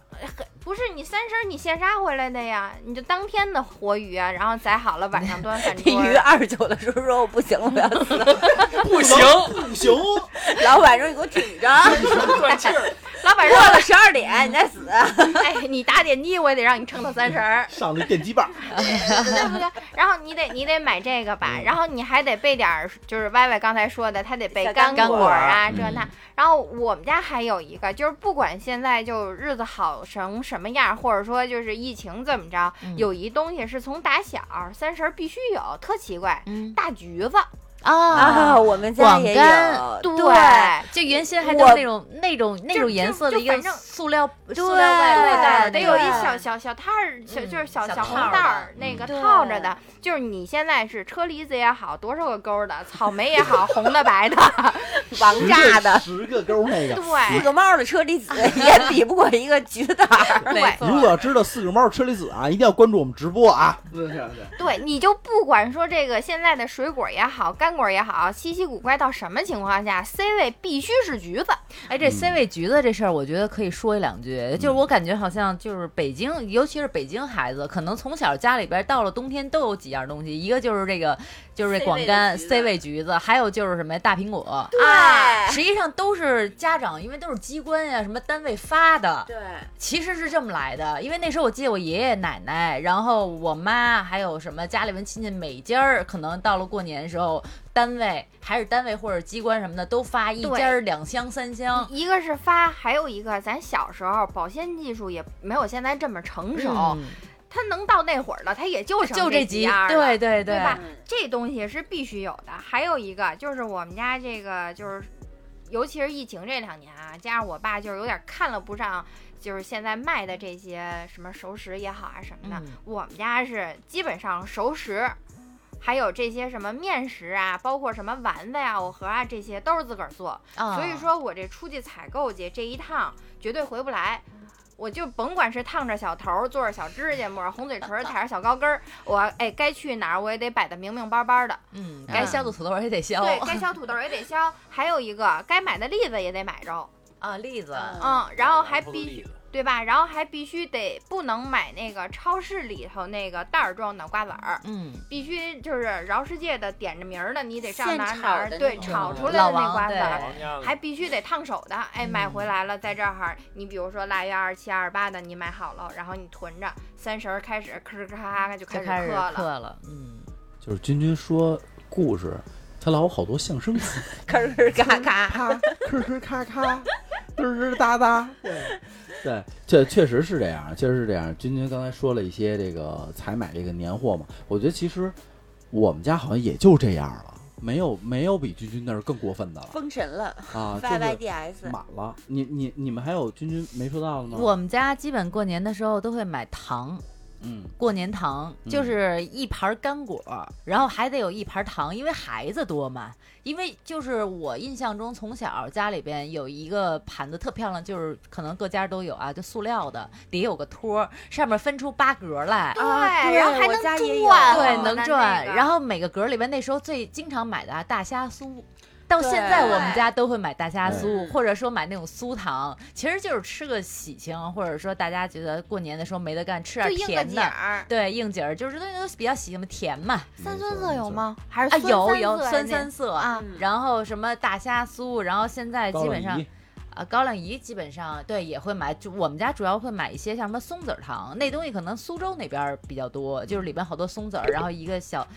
[SPEAKER 4] 不是你三十儿你现杀回来的呀，你就当天的活鱼啊，然后宰好了晚上端饭
[SPEAKER 6] 这
[SPEAKER 4] 桌儿。
[SPEAKER 6] 鱼啊二十九的时候说我不行了，我要死了。
[SPEAKER 2] 不行，
[SPEAKER 5] 不行，，
[SPEAKER 6] 老板说你给我挺着，
[SPEAKER 2] 断气儿。
[SPEAKER 4] 老板 说
[SPEAKER 6] 过了十二点你再死。
[SPEAKER 4] 哎，你打点滴我也得让你撑到三十儿
[SPEAKER 5] 上了电击棒儿，
[SPEAKER 4] 对不对？然后你得你得买这个
[SPEAKER 1] 嗯
[SPEAKER 4] 吧，然后你还得备点儿，就是歪歪刚才说的，他得备
[SPEAKER 6] 小
[SPEAKER 4] 干
[SPEAKER 6] 干
[SPEAKER 4] 果
[SPEAKER 6] 果
[SPEAKER 4] 儿
[SPEAKER 6] 儿
[SPEAKER 4] 啊
[SPEAKER 3] 嗯
[SPEAKER 4] 这那。然后我们家还有一个，就是不管现在就日子好成什么样，或者说就是疫情怎么着，
[SPEAKER 1] 嗯
[SPEAKER 4] 有一东西是从打小三十儿必须有，特奇怪，
[SPEAKER 1] 嗯
[SPEAKER 4] 大橘子。
[SPEAKER 6] 啊，
[SPEAKER 1] 啊，
[SPEAKER 6] 我们家
[SPEAKER 1] 广
[SPEAKER 6] 也
[SPEAKER 1] 柑
[SPEAKER 6] 有，
[SPEAKER 1] 哎就原先还
[SPEAKER 6] 我
[SPEAKER 1] 都是那种那种那种颜色的
[SPEAKER 4] 就
[SPEAKER 1] 一个
[SPEAKER 4] 反正
[SPEAKER 1] 塑料塑料外
[SPEAKER 6] 对
[SPEAKER 1] 外袋儿
[SPEAKER 4] 得
[SPEAKER 1] 那
[SPEAKER 4] 有
[SPEAKER 1] 种，
[SPEAKER 4] 一小小小套儿，小
[SPEAKER 1] 嗯
[SPEAKER 4] 就是小
[SPEAKER 1] 小
[SPEAKER 4] 小红
[SPEAKER 1] 套儿
[SPEAKER 4] 袋
[SPEAKER 1] 的嗯
[SPEAKER 4] 儿那个
[SPEAKER 6] 对
[SPEAKER 4] 套着的，就是你现在是车厘子也好，多少个钩儿的，草莓也好，红的白的，
[SPEAKER 6] 王炸的。
[SPEAKER 5] 十个钩儿
[SPEAKER 3] 那个
[SPEAKER 6] 四
[SPEAKER 4] 对
[SPEAKER 6] 个帽的车厘 子也比不过一个橘子儿。
[SPEAKER 4] 对
[SPEAKER 3] 如果要知道四个猫车厘子啊，一定要关注我们直播啊！
[SPEAKER 4] 对，你就不管说这个现在的水果也好，干果也好，稀奇古怪到什么情况下，C 位必须是橘子，
[SPEAKER 1] 哎，这 C 位橘子这事儿，我觉得可以说一两句。就是我感觉好像就是北京，尤其是北京孩子，可能从小家里边到了冬天都有几样东西，一个就是这个，就是这
[SPEAKER 7] C
[SPEAKER 1] 广
[SPEAKER 7] 位的
[SPEAKER 1] 柑、
[SPEAKER 7] 橘子
[SPEAKER 1] C 位橘子，还有就是什么呀大苹果。
[SPEAKER 6] 哎
[SPEAKER 1] 实际上都是家长，因为都是机关呀、什么单位发的，
[SPEAKER 6] 对，
[SPEAKER 1] 其实是这么来的。因为那时候我记得我爷爷奶奶，然后我妈，还有什么家里边亲戚，每家儿可能到了过年的时候，单位还是单位或者机关什么的都发一
[SPEAKER 4] 对嗯
[SPEAKER 1] 家儿两箱三箱。
[SPEAKER 4] 一个是发，还有一个咱小时候保鲜技术也没有现在这么成熟，
[SPEAKER 1] 嗯
[SPEAKER 4] 它能到那会儿了，它也就剩
[SPEAKER 1] 就这
[SPEAKER 4] 几
[SPEAKER 1] 集，
[SPEAKER 4] 样儿了
[SPEAKER 1] 对对
[SPEAKER 4] 对吧？这东西是必须有的。还有一个就是我们家这个就是，尤其是疫情这两年啊，加上我爸就是有点看了不上，就是现在卖的这些什么熟食也好啊什么的，
[SPEAKER 1] 嗯
[SPEAKER 4] 我们家是基本上熟食。还有这些什么面食啊，包括什么丸子呀、藕盒啊，这些都是自个儿做。
[SPEAKER 1] 啊
[SPEAKER 6] 嗯
[SPEAKER 4] 所以说我这出去采购去这一趟绝对回不来。我就甭管是烫着小头儿，做着小指甲，抹着红嘴唇儿，踩着小高跟儿，我哎该去哪儿我也得摆得明明白白的。
[SPEAKER 1] 嗯，该削的土豆也得
[SPEAKER 6] 哦
[SPEAKER 1] 削，
[SPEAKER 4] 对该削土豆儿也得削，还有一个该买的栗子也得买着，
[SPEAKER 1] 啊，栗子，
[SPEAKER 4] 嗯，然后还必须对吧？然后还必须得不能买那个超市里头那个袋儿装的瓜子儿，
[SPEAKER 1] 嗯，
[SPEAKER 4] 必须就是饶世界的点着名儿的，你得上
[SPEAKER 6] 现
[SPEAKER 4] 哪儿哪
[SPEAKER 6] 炒
[SPEAKER 4] 儿
[SPEAKER 6] 的
[SPEAKER 4] 对
[SPEAKER 6] 那种
[SPEAKER 4] 炒出来
[SPEAKER 1] 老
[SPEAKER 4] 的那
[SPEAKER 1] 王
[SPEAKER 4] 瓜子
[SPEAKER 1] 对
[SPEAKER 4] 儿。
[SPEAKER 2] 王家
[SPEAKER 1] 嗯
[SPEAKER 2] 的
[SPEAKER 4] 还必须得烫手的，哎，买回来了，在这儿，你比如说腊月二十七、二十八的，你买好了，然后你囤着，三十儿开始咔哧咔咔就开
[SPEAKER 1] 就
[SPEAKER 4] 始
[SPEAKER 1] 开始
[SPEAKER 4] 嗑了。
[SPEAKER 1] 嗑了，嗯，
[SPEAKER 3] 就是君君说故事，他老有好多相声词，
[SPEAKER 6] 咯咯嘎 嘎。
[SPEAKER 5] 咔吭吭咔咔，嘚嘚哒哒，对
[SPEAKER 3] 对，确确实是这样，确实是这样。君君刚才说了一些这个采买这个年货嘛，我觉得其实我们家好像也就这样了，没有没有比君君那儿更过分的了
[SPEAKER 6] 封神了
[SPEAKER 3] 啊，
[SPEAKER 6] ，Y Y
[SPEAKER 3] 就
[SPEAKER 6] D
[SPEAKER 3] 是
[SPEAKER 6] S，
[SPEAKER 3] 满了。你你你们还有君君没说到的吗？
[SPEAKER 1] 我们家基本过年的时候都会买糖，
[SPEAKER 3] 嗯，
[SPEAKER 1] 过年糖
[SPEAKER 3] 嗯
[SPEAKER 1] 就是一盘干果，然后还得有一盘糖，因为孩子多嘛。因为就是我印象中，从小家里边有一个盘子特漂亮，就是可能各家都有啊，就塑料的，底下有个托儿，上面分出八格来。
[SPEAKER 6] 啊对
[SPEAKER 4] 然后还
[SPEAKER 6] 我
[SPEAKER 4] 能
[SPEAKER 6] 家
[SPEAKER 4] 转，
[SPEAKER 6] 也有
[SPEAKER 1] 对，
[SPEAKER 6] 哦
[SPEAKER 1] 能转。然
[SPEAKER 4] 后
[SPEAKER 1] 后每个格里边，那时候最经常买的啊，大虾酥。到现在我们家都会买大虾酥，
[SPEAKER 6] 对
[SPEAKER 1] 或者说买那种酥糖，其实就是吃个喜庆，或者说大家觉得过年的时候没得干，吃
[SPEAKER 4] 就
[SPEAKER 1] 点
[SPEAKER 4] 应个
[SPEAKER 1] 甜
[SPEAKER 4] 景
[SPEAKER 1] 的。
[SPEAKER 4] 儿。
[SPEAKER 1] 对，应景儿就是东西都比较喜欢甜嘛。
[SPEAKER 4] 三
[SPEAKER 3] 没
[SPEAKER 4] 酸
[SPEAKER 3] 错
[SPEAKER 4] 涩有？吗？还是
[SPEAKER 1] 啊，
[SPEAKER 4] 呃酸
[SPEAKER 1] 有
[SPEAKER 4] 三
[SPEAKER 1] 有
[SPEAKER 4] 色呀
[SPEAKER 1] 酸
[SPEAKER 4] 那
[SPEAKER 1] 三色，嗯
[SPEAKER 4] 啊？
[SPEAKER 1] 然后什么大虾酥，然后现在
[SPEAKER 3] 没错
[SPEAKER 1] 基本上
[SPEAKER 3] 高粱饴
[SPEAKER 1] 啊，高粱饴基本上对也会买，就我们家主要会买一些像什么松子儿糖，那东西可能苏州那边儿比较多，就是里边好多松子儿，然后一个小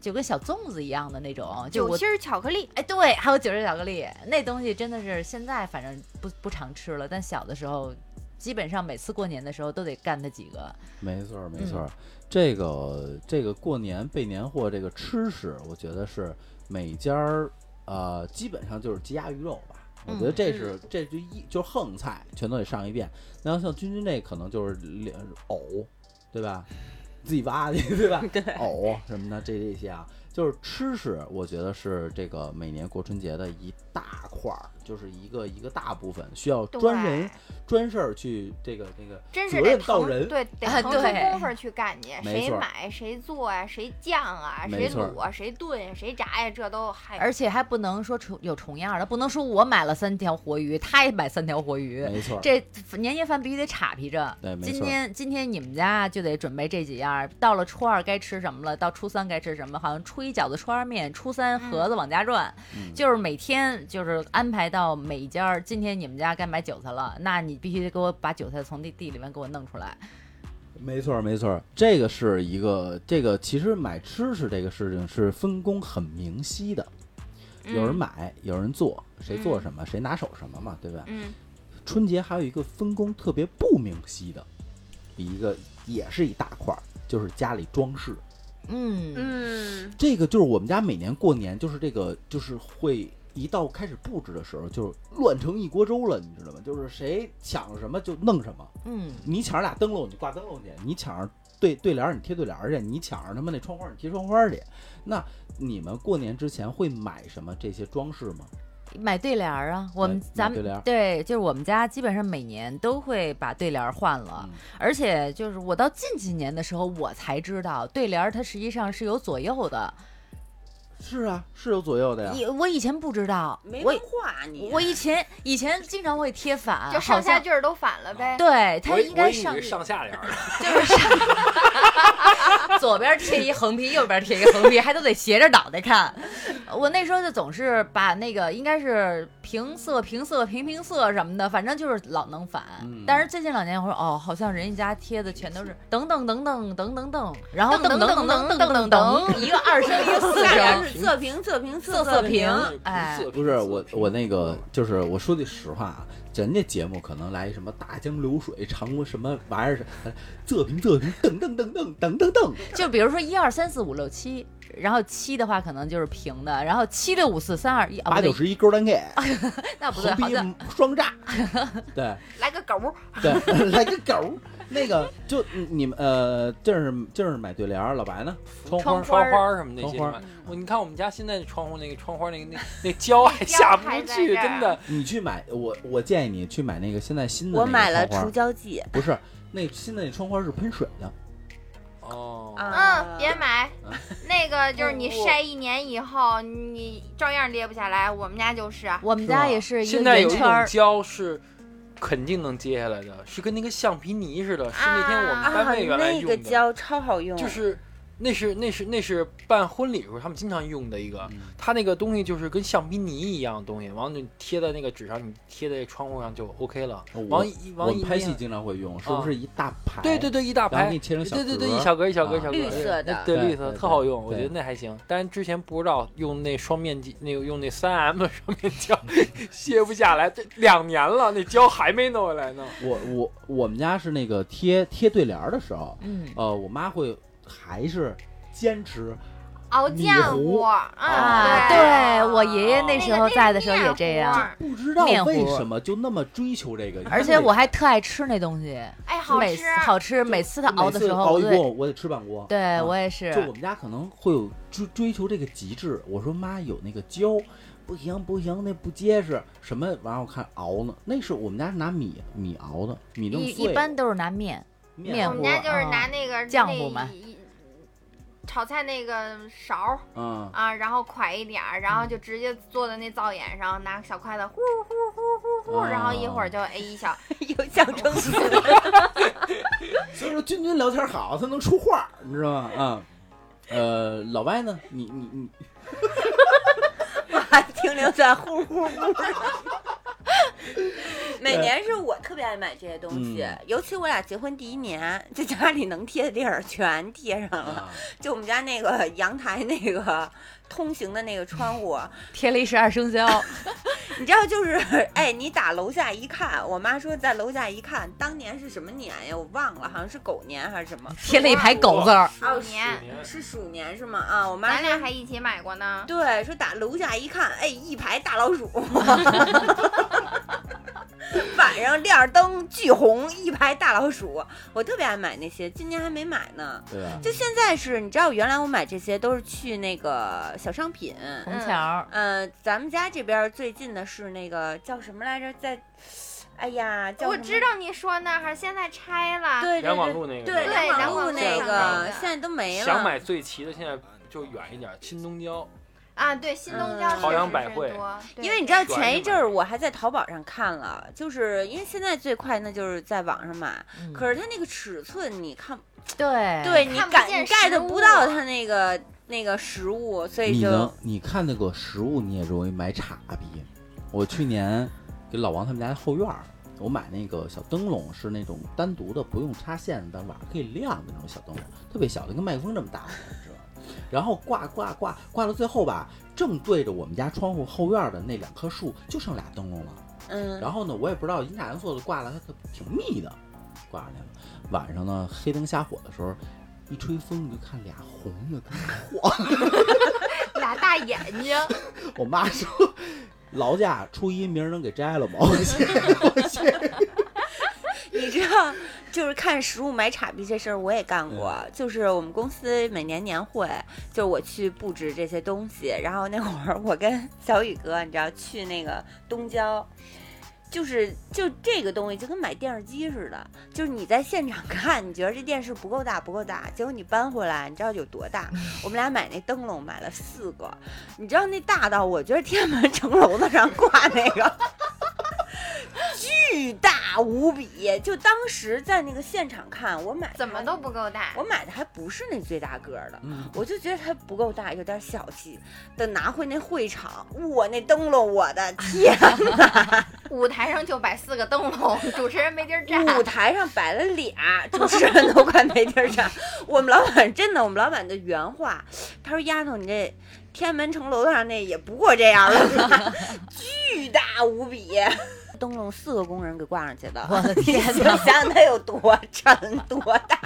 [SPEAKER 1] 就跟小粽子一样的那种，就
[SPEAKER 4] 酒
[SPEAKER 1] 我
[SPEAKER 4] 心儿巧克力，
[SPEAKER 1] 哎对，还有九汁巧克力，那东西真的是现在反正不不常吃了，但小的时候基本上每次过年的时候都得干它几个，
[SPEAKER 3] 没错儿，
[SPEAKER 4] 嗯
[SPEAKER 3] 没错儿。这个这个过年备年货这个吃食，我觉得是每家儿呃基本上就是鸡鸭鱼肉吧。我觉得
[SPEAKER 4] 嗯
[SPEAKER 3] 这是、这就一就是横菜全都得上一遍。然后像君君这可能就是两藕，对吧？自己挖去对吧？藕什么的这这些啊，就是吃食，我觉得是这个每年过春节的一大块儿，就是一个一个大部分需要专人专事儿去这个这个
[SPEAKER 4] 真
[SPEAKER 3] 责
[SPEAKER 4] 是得
[SPEAKER 3] 任到
[SPEAKER 4] 腾
[SPEAKER 3] 人。
[SPEAKER 4] 对，得
[SPEAKER 1] 啊
[SPEAKER 4] 腾出
[SPEAKER 1] 对
[SPEAKER 4] 功夫儿去干去，
[SPEAKER 3] 没
[SPEAKER 4] 谁
[SPEAKER 3] 错儿
[SPEAKER 4] 买谁做啊，谁酱啊，
[SPEAKER 3] 没
[SPEAKER 4] 谁
[SPEAKER 3] 错儿
[SPEAKER 4] 卤啊，谁炖呀，谁炸呀，这都还
[SPEAKER 1] 而且还不能说重有重样儿的，不能说我买了三条活鱼，他也买三条活鱼，
[SPEAKER 3] 没错儿，
[SPEAKER 1] 这年夜饭必须得岔劈着。
[SPEAKER 3] 对没
[SPEAKER 1] 今
[SPEAKER 3] 错
[SPEAKER 1] 天今天你们家就得准备这几样儿，到了初二该吃什么了，到初三该吃什么，好像初一饺子，初二面，初三盒子往家转，
[SPEAKER 3] 嗯
[SPEAKER 1] 就是每天就是安排到每一家儿。今天你们家该买韭菜了，那你必须得给我把韭菜从地地里面给我弄出来。
[SPEAKER 3] 没错，没错，这个是一个，这个其实买吃食这个事情是分工很明晰的，有人
[SPEAKER 4] 嗯
[SPEAKER 3] 买，有人做，谁做什么，谁拿手什么嘛，对吧？
[SPEAKER 4] 嗯
[SPEAKER 3] 春节还有一个分工特别不明晰的，一个也是一大块儿，就是家里装饰。
[SPEAKER 1] 嗯，
[SPEAKER 6] 嗯，
[SPEAKER 3] 这个就是我们家每年过年，就是这个，就是会一到开始布置的时候，就是乱成一锅粥了，你知道吗？就是谁抢什么就弄什么。
[SPEAKER 1] 嗯
[SPEAKER 3] 你抢着俩灯笼，你挂灯笼去；你抢着对对联儿，你贴对联儿去；你抢着他妈那窗花儿，你贴窗花儿去。那你们过年之前会买什么这些装饰吗？
[SPEAKER 1] 买对联儿啊，我们
[SPEAKER 3] 买
[SPEAKER 1] 咱
[SPEAKER 3] 买对联
[SPEAKER 1] 们
[SPEAKER 3] 儿
[SPEAKER 1] 对，就是我们家基本上每年都会把对联儿换了，
[SPEAKER 3] 嗯
[SPEAKER 1] 而且就是我到近几年的时候，我才知道对联儿它实际上是有左右的，
[SPEAKER 2] 啊
[SPEAKER 3] 是啊，是有左右的呀。
[SPEAKER 1] 以我以前不知道，
[SPEAKER 6] 没
[SPEAKER 1] 我
[SPEAKER 6] 文化你，
[SPEAKER 1] 我以前以前经常会贴反，
[SPEAKER 4] 啊就
[SPEAKER 1] 啊好
[SPEAKER 4] 上下
[SPEAKER 1] 像哦
[SPEAKER 4] 句儿都反了呗。
[SPEAKER 1] 对，它
[SPEAKER 2] 我以
[SPEAKER 1] 应
[SPEAKER 2] 我
[SPEAKER 1] 该
[SPEAKER 2] 以
[SPEAKER 1] 上
[SPEAKER 2] 为上下联儿呢，
[SPEAKER 1] 就是上 左边贴一横批，右边贴一横批，还都得斜着脑袋看。我那时候就总是把那个应该是平色、平色、平平色什么的，反正就是老能反。
[SPEAKER 3] 嗯
[SPEAKER 1] 但是最近两年，我说哦，好像人家家贴的全都是等等等等等等等，然后
[SPEAKER 4] 噔
[SPEAKER 1] 等
[SPEAKER 4] 噔
[SPEAKER 1] 等
[SPEAKER 4] 噔
[SPEAKER 1] 等等等
[SPEAKER 4] 噔噔
[SPEAKER 1] 等等，一个二声，一个四
[SPEAKER 6] 下联
[SPEAKER 1] 声。
[SPEAKER 6] 是测评测评
[SPEAKER 1] 色
[SPEAKER 6] 测
[SPEAKER 1] 色
[SPEAKER 6] 评
[SPEAKER 1] 评，哎
[SPEAKER 2] 色
[SPEAKER 3] 不是
[SPEAKER 2] 色
[SPEAKER 3] 我，
[SPEAKER 2] 评
[SPEAKER 3] 我那个就是我说句实话啊，人家节目可能来什么大江流水长过什么玩意儿，这平这平噔噔噔噔噔噔噔，
[SPEAKER 1] 就比如说一二三四五六七，然后七的话可能就是平的，然后七六五四三二一啊，
[SPEAKER 3] 八
[SPEAKER 1] 不对
[SPEAKER 3] 九，十一勾单 K，
[SPEAKER 1] 那啊不对，
[SPEAKER 3] 横
[SPEAKER 1] 好像
[SPEAKER 3] 批双 炸，对。
[SPEAKER 4] 来个狗儿，
[SPEAKER 3] 对， 来个狗儿。那个就嗯你们呃，就是就是买对联儿，老白呢，窗花儿
[SPEAKER 4] 窗户
[SPEAKER 2] 窗花儿什么那些
[SPEAKER 3] 窗花
[SPEAKER 2] 嘛。我你看我们家现在窗户那个窗花那个那那胶还下不
[SPEAKER 4] 还在
[SPEAKER 2] 去，
[SPEAKER 4] 这儿
[SPEAKER 2] 真的。
[SPEAKER 3] 你去买，我我建议你去买那个现在新的
[SPEAKER 6] 我
[SPEAKER 3] 那个
[SPEAKER 6] 买了
[SPEAKER 3] 窗花
[SPEAKER 6] 除
[SPEAKER 3] 儿，
[SPEAKER 6] 胶剂
[SPEAKER 3] 不是那新的那窗花儿是喷水的，
[SPEAKER 2] 哦，
[SPEAKER 4] 嗯，别买
[SPEAKER 3] 啊，
[SPEAKER 4] 那个就是你
[SPEAKER 6] 不
[SPEAKER 4] 晒一年以后，你照样裂不下来。我们家就是，
[SPEAKER 1] 我们
[SPEAKER 3] 是吧
[SPEAKER 1] 家也是一个
[SPEAKER 2] 现在有
[SPEAKER 1] 圆
[SPEAKER 2] 一
[SPEAKER 1] 圈
[SPEAKER 2] 种
[SPEAKER 1] 儿，
[SPEAKER 2] 胶是肯定能揭下来的，是跟那个橡皮泥似的，是那天我们单
[SPEAKER 6] 啊，
[SPEAKER 2] 位原来
[SPEAKER 6] 那
[SPEAKER 2] 用
[SPEAKER 6] 个
[SPEAKER 2] 的，
[SPEAKER 6] 胶超好用，
[SPEAKER 2] 就是那是那是那是办婚礼时候他们经常用的一个
[SPEAKER 3] 嗯，
[SPEAKER 2] 它那个东西就是跟橡皮泥一样的东西，完了你贴在那个纸上，你贴在窗户上就 OK 了。
[SPEAKER 3] 哦我
[SPEAKER 2] 往一
[SPEAKER 3] 我
[SPEAKER 2] 往
[SPEAKER 3] 们
[SPEAKER 2] 一
[SPEAKER 3] 拍戏
[SPEAKER 2] 捏
[SPEAKER 3] 经常会用，是
[SPEAKER 1] 啊
[SPEAKER 3] 不是一大排？
[SPEAKER 2] 对对。对，一大
[SPEAKER 3] 然后
[SPEAKER 2] 排
[SPEAKER 3] 给你，切成小
[SPEAKER 2] 对对对，
[SPEAKER 3] 格儿
[SPEAKER 2] 一小格一小格
[SPEAKER 3] 啊
[SPEAKER 2] 一小格，
[SPEAKER 6] 绿色的
[SPEAKER 2] 对
[SPEAKER 3] 对
[SPEAKER 2] 绿色
[SPEAKER 3] 对
[SPEAKER 2] 特好用，我
[SPEAKER 3] 对
[SPEAKER 2] 觉得那还行。但是之前不知道用那双面胶，那个用那三 M 双面 胶卸不下来，这两年了，那胶还没弄下来呢。
[SPEAKER 3] 我我我们家是那个贴贴对联儿的时候，
[SPEAKER 1] 嗯，
[SPEAKER 3] 呃，我妈会还是坚持
[SPEAKER 4] 熬
[SPEAKER 3] 米
[SPEAKER 4] 浆
[SPEAKER 3] 糊
[SPEAKER 4] 糊嗯
[SPEAKER 1] 啊，
[SPEAKER 4] 对，
[SPEAKER 1] 对我爷爷那
[SPEAKER 4] 那
[SPEAKER 1] 时
[SPEAKER 4] 个
[SPEAKER 1] 候
[SPEAKER 4] 那个
[SPEAKER 1] 在的时候
[SPEAKER 4] 面
[SPEAKER 1] 也这
[SPEAKER 4] 糊
[SPEAKER 1] 样，
[SPEAKER 4] 儿，
[SPEAKER 3] 不知道
[SPEAKER 1] 面糊
[SPEAKER 3] 为什么就那么追求这个，
[SPEAKER 1] 而且我还特爱吃那东西，
[SPEAKER 4] 哎，好
[SPEAKER 1] 每
[SPEAKER 4] 吃
[SPEAKER 1] 次。好吃，每次他熬的时候，
[SPEAKER 3] 熬
[SPEAKER 1] 我
[SPEAKER 3] 一
[SPEAKER 1] 都得
[SPEAKER 3] 锅我得吃半锅。
[SPEAKER 1] 对
[SPEAKER 3] 啊
[SPEAKER 1] 我也
[SPEAKER 3] 就是我，们家可能会有追追求这个极致。我说妈有那个胶，不行不行，那不结实，什么玩意儿？我看熬呢，那是我们家是拿米米熬的，米弄
[SPEAKER 1] 一
[SPEAKER 3] 碎了
[SPEAKER 1] 一般都是拿面，
[SPEAKER 3] 面
[SPEAKER 4] 我
[SPEAKER 1] 糊
[SPEAKER 4] 们家就是
[SPEAKER 1] 嗯
[SPEAKER 4] 拿那个
[SPEAKER 1] 浆
[SPEAKER 4] 那
[SPEAKER 1] 糊嘛
[SPEAKER 4] 一炒菜那个勺儿
[SPEAKER 3] 啊，
[SPEAKER 4] 啊，然后㧟一点儿，然后就直接坐在那灶眼上，拿小筷子呼呼呼呼呼，然后一
[SPEAKER 1] 哦
[SPEAKER 4] 会儿就哎 一小，
[SPEAKER 6] 有象 征性。
[SPEAKER 3] 所以说君君聊天好，他能出话儿，你知道吗？啊，呃，老外呢？你你你，
[SPEAKER 6] 还停留在呼呼呼， 每年是我特别爱买这些东西，
[SPEAKER 3] 嗯
[SPEAKER 6] 尤其我俩结婚第一年，就家里能贴的地儿全贴上了，
[SPEAKER 3] 啊
[SPEAKER 6] 就我们家那个阳台那个通行的那个窗 户，
[SPEAKER 1] 贴了一十二生 肖，
[SPEAKER 6] 你知道就是，哎，你打楼下一看，我妈说在楼下一看，当年是什么年呀？我忘了，好像是狗年还是什么？
[SPEAKER 1] 贴了一排狗字儿，
[SPEAKER 6] 还有
[SPEAKER 4] 鼠年
[SPEAKER 6] 哦是鼠年是吗？啊，我妈
[SPEAKER 4] 咱俩
[SPEAKER 6] 说
[SPEAKER 4] 还一起买过呢。
[SPEAKER 6] 对，说打楼下一看，哎，一排大老鼠，晚上亮着灯巨红，一排大老鼠，我特别爱买那些，今年还没买呢。
[SPEAKER 3] 对吧？
[SPEAKER 6] 就现在是，你知道，原来我买这些都是去那个小商品，
[SPEAKER 1] 红桥。
[SPEAKER 6] 嗯，咱们家这边儿最近的是那个叫什么来着，在，哎呀，叫
[SPEAKER 4] 我
[SPEAKER 6] 什么
[SPEAKER 4] 知，道你说那儿现在拆了，
[SPEAKER 6] 对对
[SPEAKER 2] 两广
[SPEAKER 6] 对，
[SPEAKER 2] 路那个
[SPEAKER 6] 对两
[SPEAKER 4] 对两
[SPEAKER 6] 广
[SPEAKER 4] 广
[SPEAKER 6] 路
[SPEAKER 4] 路
[SPEAKER 6] 那
[SPEAKER 4] 上
[SPEAKER 6] 个
[SPEAKER 4] 的
[SPEAKER 6] 现在都没了。
[SPEAKER 2] 想买最齐的，现在就远一点，新东郊。
[SPEAKER 4] 啊，对，新东
[SPEAKER 6] 嗯
[SPEAKER 4] 郊确
[SPEAKER 6] 朝
[SPEAKER 2] 阳
[SPEAKER 4] 实
[SPEAKER 2] 百
[SPEAKER 4] 是
[SPEAKER 2] 惠
[SPEAKER 4] 多，对
[SPEAKER 6] 因 为你知道
[SPEAKER 2] 对
[SPEAKER 6] 前一阵儿我还在淘宝上看了，就是因为现在最快那就是在网上买，
[SPEAKER 1] 嗯
[SPEAKER 6] 可是它那个尺寸你看，
[SPEAKER 1] 对
[SPEAKER 6] 对你
[SPEAKER 4] 哎看不
[SPEAKER 6] 感
[SPEAKER 4] 见
[SPEAKER 6] 你 get
[SPEAKER 4] 实
[SPEAKER 6] 不
[SPEAKER 4] 物
[SPEAKER 6] 到它那个那个实物，所以
[SPEAKER 3] 你能
[SPEAKER 6] 就
[SPEAKER 3] 你看那个食物，你也容易买岔逼。我去年给老王他们家后院儿，我买那个小灯笼，是那种单独的，不用插线的，但晚上可以亮的那种小灯笼，特别小的，跟麦克风这么大，你知道吗？然后挂挂挂挂到最后吧，正对着我们家窗户后院儿的那两棵树，就剩俩灯笼了。
[SPEAKER 6] 嗯
[SPEAKER 3] 然后呢，我也不知道阴差阳错的挂了，它可挺密的，挂上去了。晚上呢，黑灯瞎火的时候，一吹风你就看俩红的灯
[SPEAKER 4] 俩大眼睛，
[SPEAKER 3] 我妈说劳驾初一，明儿能给摘了吗？ 我谢我谢。
[SPEAKER 6] 你知道，就是看实物买傻逼这事儿，我也干过。就是我们公司每年年会，就是我去布置这些东西。然后那会儿，我跟小宇哥，你知道，去那个东郊，就是就这个东西就跟买电视机似的，就是你在现场看，你觉得这电视不够大不够大，结果你搬回来，你知道有多大？我们俩买那灯笼买了四个，你知道那大到我觉得天安门城楼子上挂那个。巨大无比，就当时在那个现场看，我买的
[SPEAKER 4] 怎么
[SPEAKER 6] 还
[SPEAKER 4] 都不够大
[SPEAKER 6] 我。买的还不是那最大个儿的，我就觉得它不够大，有点小气。等拿回那会场，我那灯笼，我的天，啊
[SPEAKER 4] 舞台上就摆四个灯笼，主持人没地儿站。
[SPEAKER 6] 舞台上摆了俩，主持人 都快没地儿站。我们老板真的，我们老板的原话，他说：“丫头，你这天安门城楼上那也不过这样了 吧，巨大无 比。”灯笼四个工人给挂上去的，
[SPEAKER 1] 我 的
[SPEAKER 6] 你
[SPEAKER 1] 天
[SPEAKER 6] 想
[SPEAKER 1] 哪！
[SPEAKER 6] 想它有多沉多大。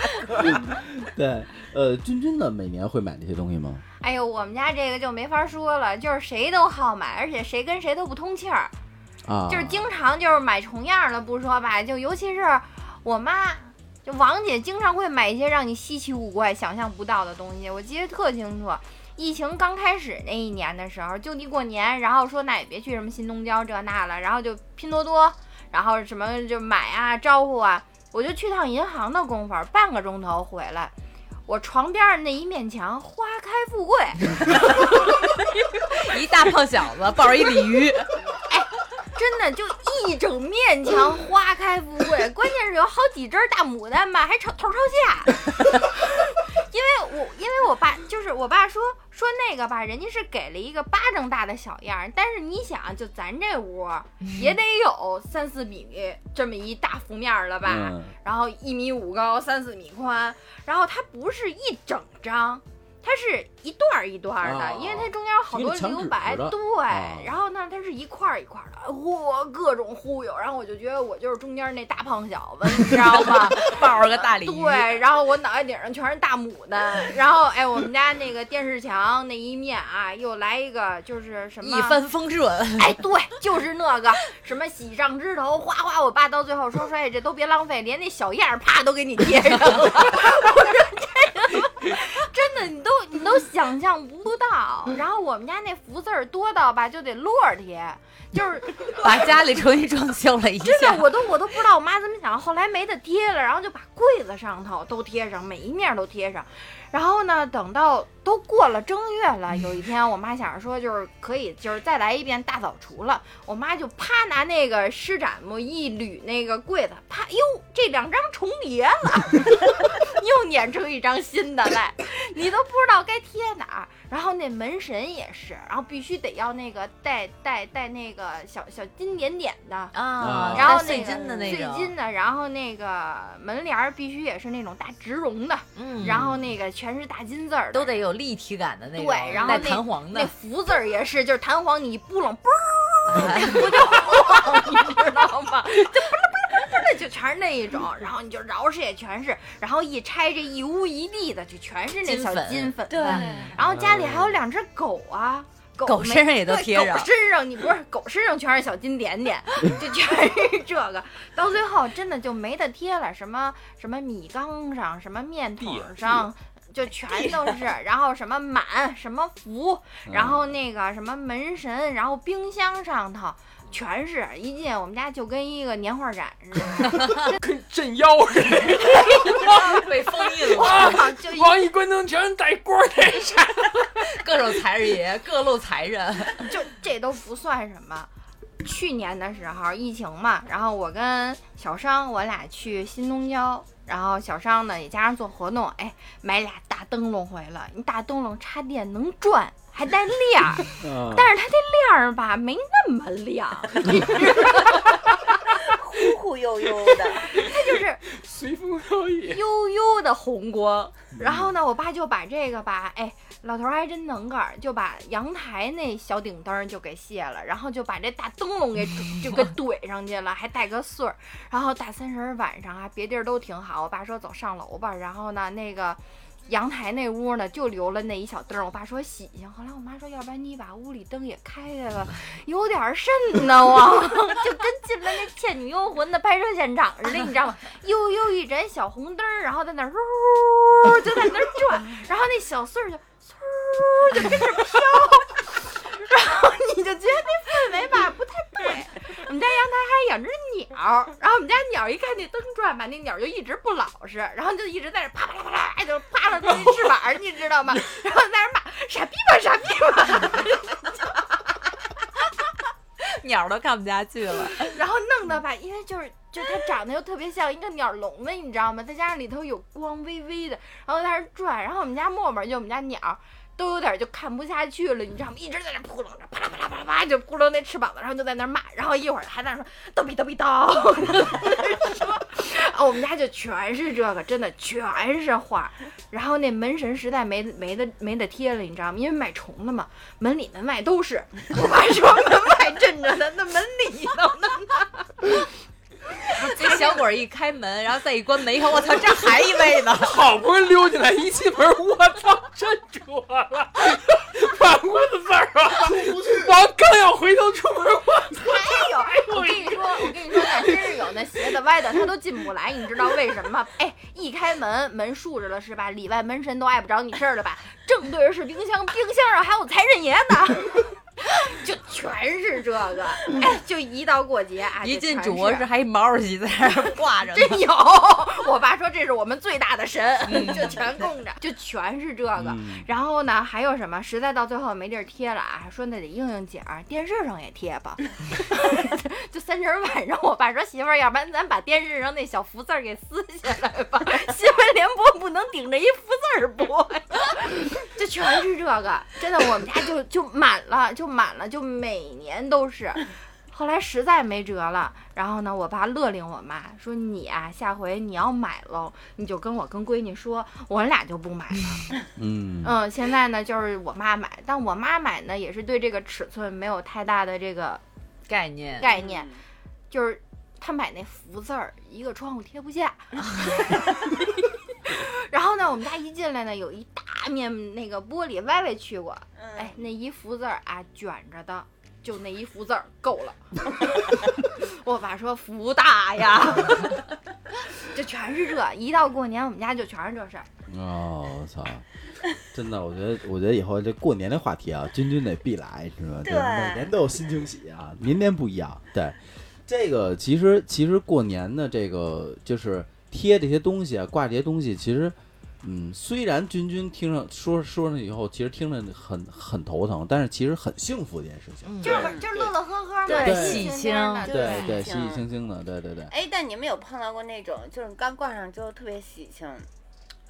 [SPEAKER 3] 对，呃，君君呢，每年会买这些东西吗？
[SPEAKER 4] 哎呦，我们家这个就没法说了，就是谁都好买，而且谁跟谁都不通气儿，
[SPEAKER 3] 啊，
[SPEAKER 4] 就是经常就是买重样儿的不说吧，就尤其是我妈。就王姐经常会买一些让你稀奇古怪、想象不到的东西，我记得特清楚。疫情刚开始那一年的时候，就地过年，然后说那也别去什么新东郊这那了，然后就拼多多，然后什么就买啊、招呼啊，我就去趟银行的功夫，半个钟头回来，我床边儿那一面墙花开富贵，
[SPEAKER 1] 一大胖小子抱着一鲤 鱼，
[SPEAKER 4] 真的就一整面墙花开富贵， 关键是有好几只大牡丹吧，还朝头朝下。 因为我因为我爸就是我爸说说那个吧，人家是给了一个巴掌大的小样儿，但是你想，就咱这屋也得有三四米这么一大幅面儿了吧，
[SPEAKER 3] 嗯，
[SPEAKER 4] 然后一米五高，三四米宽，然后它不是一整张。它是一段儿一段儿的，
[SPEAKER 1] 啊
[SPEAKER 3] 哦
[SPEAKER 4] 因为它中间有好多
[SPEAKER 3] 就跟墙
[SPEAKER 4] 留
[SPEAKER 3] 纸
[SPEAKER 4] 白，
[SPEAKER 3] 似的
[SPEAKER 4] 对。
[SPEAKER 3] 哦
[SPEAKER 4] 然后呢，它是一块儿一块儿的，我各种忽悠，然后我就觉得我就是中间那大胖小子，你知道吗？
[SPEAKER 1] 抱着个 大鲤鱼。
[SPEAKER 4] 对，然后我脑袋顶上全是大牡丹，然后哎，我们家那个电视墙那一面啊，又来一个就是什么
[SPEAKER 1] 一帆风顺，
[SPEAKER 4] 哎，对，就是那个什么喜上枝头，哗哗，我爸到最后说说，哎，这都别浪费，连那小样儿啪都给你贴上了。 我说这个真的，你都你都想象不到。然后我们家那福字儿多到吧，就得摞儿贴，就是
[SPEAKER 1] 把家里重新装修了一
[SPEAKER 4] 真
[SPEAKER 1] 下
[SPEAKER 4] 的，。我都我都不知道我妈怎么想，后来没得贴了，然后就把柜子上头都贴上，每一面都贴上。然后呢，等到都过了正月了，有一天我妈想着说，就是可以，就是再来一遍大扫除了。我妈就啪拿那个湿枕木一捋那个柜子，啪，哟，这两张重叠了。 又捻出一张新的来，你都不知道该贴哪儿。然后那门神也是，然后必须得要那个带带带那个小小金点点的。
[SPEAKER 1] 啊，
[SPEAKER 4] 然后
[SPEAKER 1] 带
[SPEAKER 4] 那
[SPEAKER 1] 碎
[SPEAKER 4] 个
[SPEAKER 1] 金的那
[SPEAKER 4] 碎
[SPEAKER 1] 种，
[SPEAKER 4] 金的，然后那个门帘儿必须也是那种大植绒的，
[SPEAKER 1] 嗯，
[SPEAKER 4] 然后那个全是大金字儿的，
[SPEAKER 1] 都得有立体感的那种，
[SPEAKER 4] 对然后
[SPEAKER 1] 带
[SPEAKER 4] 那
[SPEAKER 1] 弹簧
[SPEAKER 4] 那
[SPEAKER 1] 的，
[SPEAKER 4] 福字儿也是，就是弹簧你一扑棱，嘣
[SPEAKER 1] 哎
[SPEAKER 4] 儿，不 就你知道吗？就不不不就全是那一种，然后你就饶是也全是，然后一拆这一屋一地的就全是那
[SPEAKER 1] 金
[SPEAKER 4] 小
[SPEAKER 1] 粉
[SPEAKER 4] 金粉，
[SPEAKER 7] 对
[SPEAKER 6] 哎
[SPEAKER 1] 嗯
[SPEAKER 4] 然后家里还有两只狗啊。
[SPEAKER 1] 狗
[SPEAKER 4] 没
[SPEAKER 1] 身上也都
[SPEAKER 4] 对
[SPEAKER 1] 贴
[SPEAKER 4] 狗
[SPEAKER 1] 上
[SPEAKER 4] 身上你不是狗身上全是小金 点点，就全是这个，到最后真的就没得贴了，什么什么米缸上，什么面桶上，就全都是，然后什么满，什么福，
[SPEAKER 1] 嗯
[SPEAKER 4] 然后那个什么门神，然后冰箱上头。全是一进我们家就跟一个年画展似 的，
[SPEAKER 2] 跟镇妖似的，
[SPEAKER 1] 被封印了，
[SPEAKER 4] 我靠，就一
[SPEAKER 2] 王一关灯全是带锅儿那啥。
[SPEAKER 1] 各种财神爷，各路财神，
[SPEAKER 4] 就这都不算什么。去年的时候疫情嘛，然后我跟小商我俩去新东郊，然后小商呢也加上做活动，哎，买俩大灯笼回来，你大灯笼插电能转，还带亮儿，
[SPEAKER 3] 嗯
[SPEAKER 4] 但是它这亮儿吧没那么亮，
[SPEAKER 6] 忽忽悠悠 的，
[SPEAKER 4] 它就是
[SPEAKER 2] 随风飘逸。
[SPEAKER 4] 悠悠的红光。然后呢，我爸就把这个吧，哎，老头儿还真能干儿，就把阳台那小顶灯儿就给卸了，然后就把这大灯笼给就给怼上去了，还带个穗儿。然后大三十儿晚上啊，别地儿都挺好，我爸说走上楼吧。然后呢，那个。阳台那屋呢，就留了那一小灯儿。我爸说喜庆，后来我妈说，要不然你把屋里灯也开开吧，有点儿瘆得慌， 就跟进了那《倩女幽魂》的拍摄现场似的，你知道吗？悠悠一盏小红灯儿，然后在那儿呜，就在那儿转，然后那小穗儿就嗖就跟着飘，然后你就觉得那氛围吧不太对。我们家阳台还养只鸟儿，然后我们家鸟儿一看那灯转吧，那鸟儿就一直不老实，然后就一直在那儿啪啪啪啪，哎，就啪了它那翅膀儿，你知道吗？然后在那儿骂傻逼吧傻逼吧，
[SPEAKER 1] 鸟儿都看不下去了。
[SPEAKER 4] 然后弄的吧，因为就是就它长得又特别像一个鸟笼子，你知道吗？再加上里头有光微微的，然后在那儿转。然后我们家默默就我们家鸟，都有点就看不下去了，你知道吗？一直在那扑棱着，啪啦啪啦啪啦啪啦就扑棱那翅膀子，然后就在那儿骂，然后一会儿还在那说逗比逗比逗，说啊，我们家就全是这个，真的全是画。然后那门神实在没没得没得贴了，你知道吗？因为买重了嘛，门里门外都是。我爸说门外镇着呢，那门里头呢？
[SPEAKER 1] 这小鬼儿一开门，然后再一关门，一看，我操，这还一位 呢！
[SPEAKER 2] 好不容易溜进来，一进门，我操，真住我了，满屋子字儿啊！王刚要回头出门，我操！
[SPEAKER 4] 还有，我跟你说，我跟你说，那真是有那斜的歪的，他都进不来，你知道为什么吗？哎，一开门，门竖着了是吧？里外门神都碍不着你事儿了吧？ 正对着是冰箱，冰箱上还有财神爷呢。 就全是这个，哎，就一到过节啊，
[SPEAKER 1] 一
[SPEAKER 4] 就
[SPEAKER 1] 进
[SPEAKER 4] 全
[SPEAKER 1] 主卧室
[SPEAKER 4] 是，
[SPEAKER 1] 还一毛主席在那儿挂着呢，
[SPEAKER 4] 真有。 我爸说这是我们最大的神， 就全供着，就全是这个。
[SPEAKER 3] 嗯
[SPEAKER 4] 然后呢，还有什么？实在到最后没地儿贴了啊，说那得应应景儿，电视上也贴吧。 就三十晚上，我爸说媳妇儿，要不然咱把电视上那小福字儿给撕下来吧，新闻联播不能顶着一福字儿播呀。就全是这个，真的，我们家就就满了，就满了，就每年都是。后来实在没辙了，然后呢，我爸勒令我妈说：“你啊，下回你要买喽，你就跟我跟闺女说，我俩就不买了。”
[SPEAKER 3] 嗯
[SPEAKER 4] 嗯，现在呢就是我妈买，但我妈买呢也是对这个尺寸没有太大的这个
[SPEAKER 1] 概念
[SPEAKER 4] 概念，就是她买那福字儿，一个窗户贴不下。然后呢，我们家一进来呢，有一大面那个玻璃，歪歪去过，
[SPEAKER 6] 嗯
[SPEAKER 4] 哎，那一福字儿啊卷着的，就那一福字儿够了。我爸说福大呀，就全是这，一到过年我们家就全是这事儿。
[SPEAKER 3] 哦，我操！ 真的，我觉得，我觉得以后这过年这话题啊，君君得必来，你知道吗？
[SPEAKER 6] 对
[SPEAKER 3] 就是每年都有新惊喜啊，年年不一样。对，这个其实其实过年的这个就是贴这些东西啊，挂这些东西，其实，嗯，虽然君君听上说说上以后，其实听着很很头疼，但是其实很幸福这件事情。
[SPEAKER 1] 嗯
[SPEAKER 4] 就是就是乐乐呵呵嘛，
[SPEAKER 6] 对
[SPEAKER 1] 喜
[SPEAKER 4] 庆的
[SPEAKER 6] 庆
[SPEAKER 3] 对对，喜
[SPEAKER 6] 挺
[SPEAKER 3] 喜庆庆的，对对对。
[SPEAKER 6] 哎，但你们有碰到过那种，就是你刚挂上之后特别喜庆，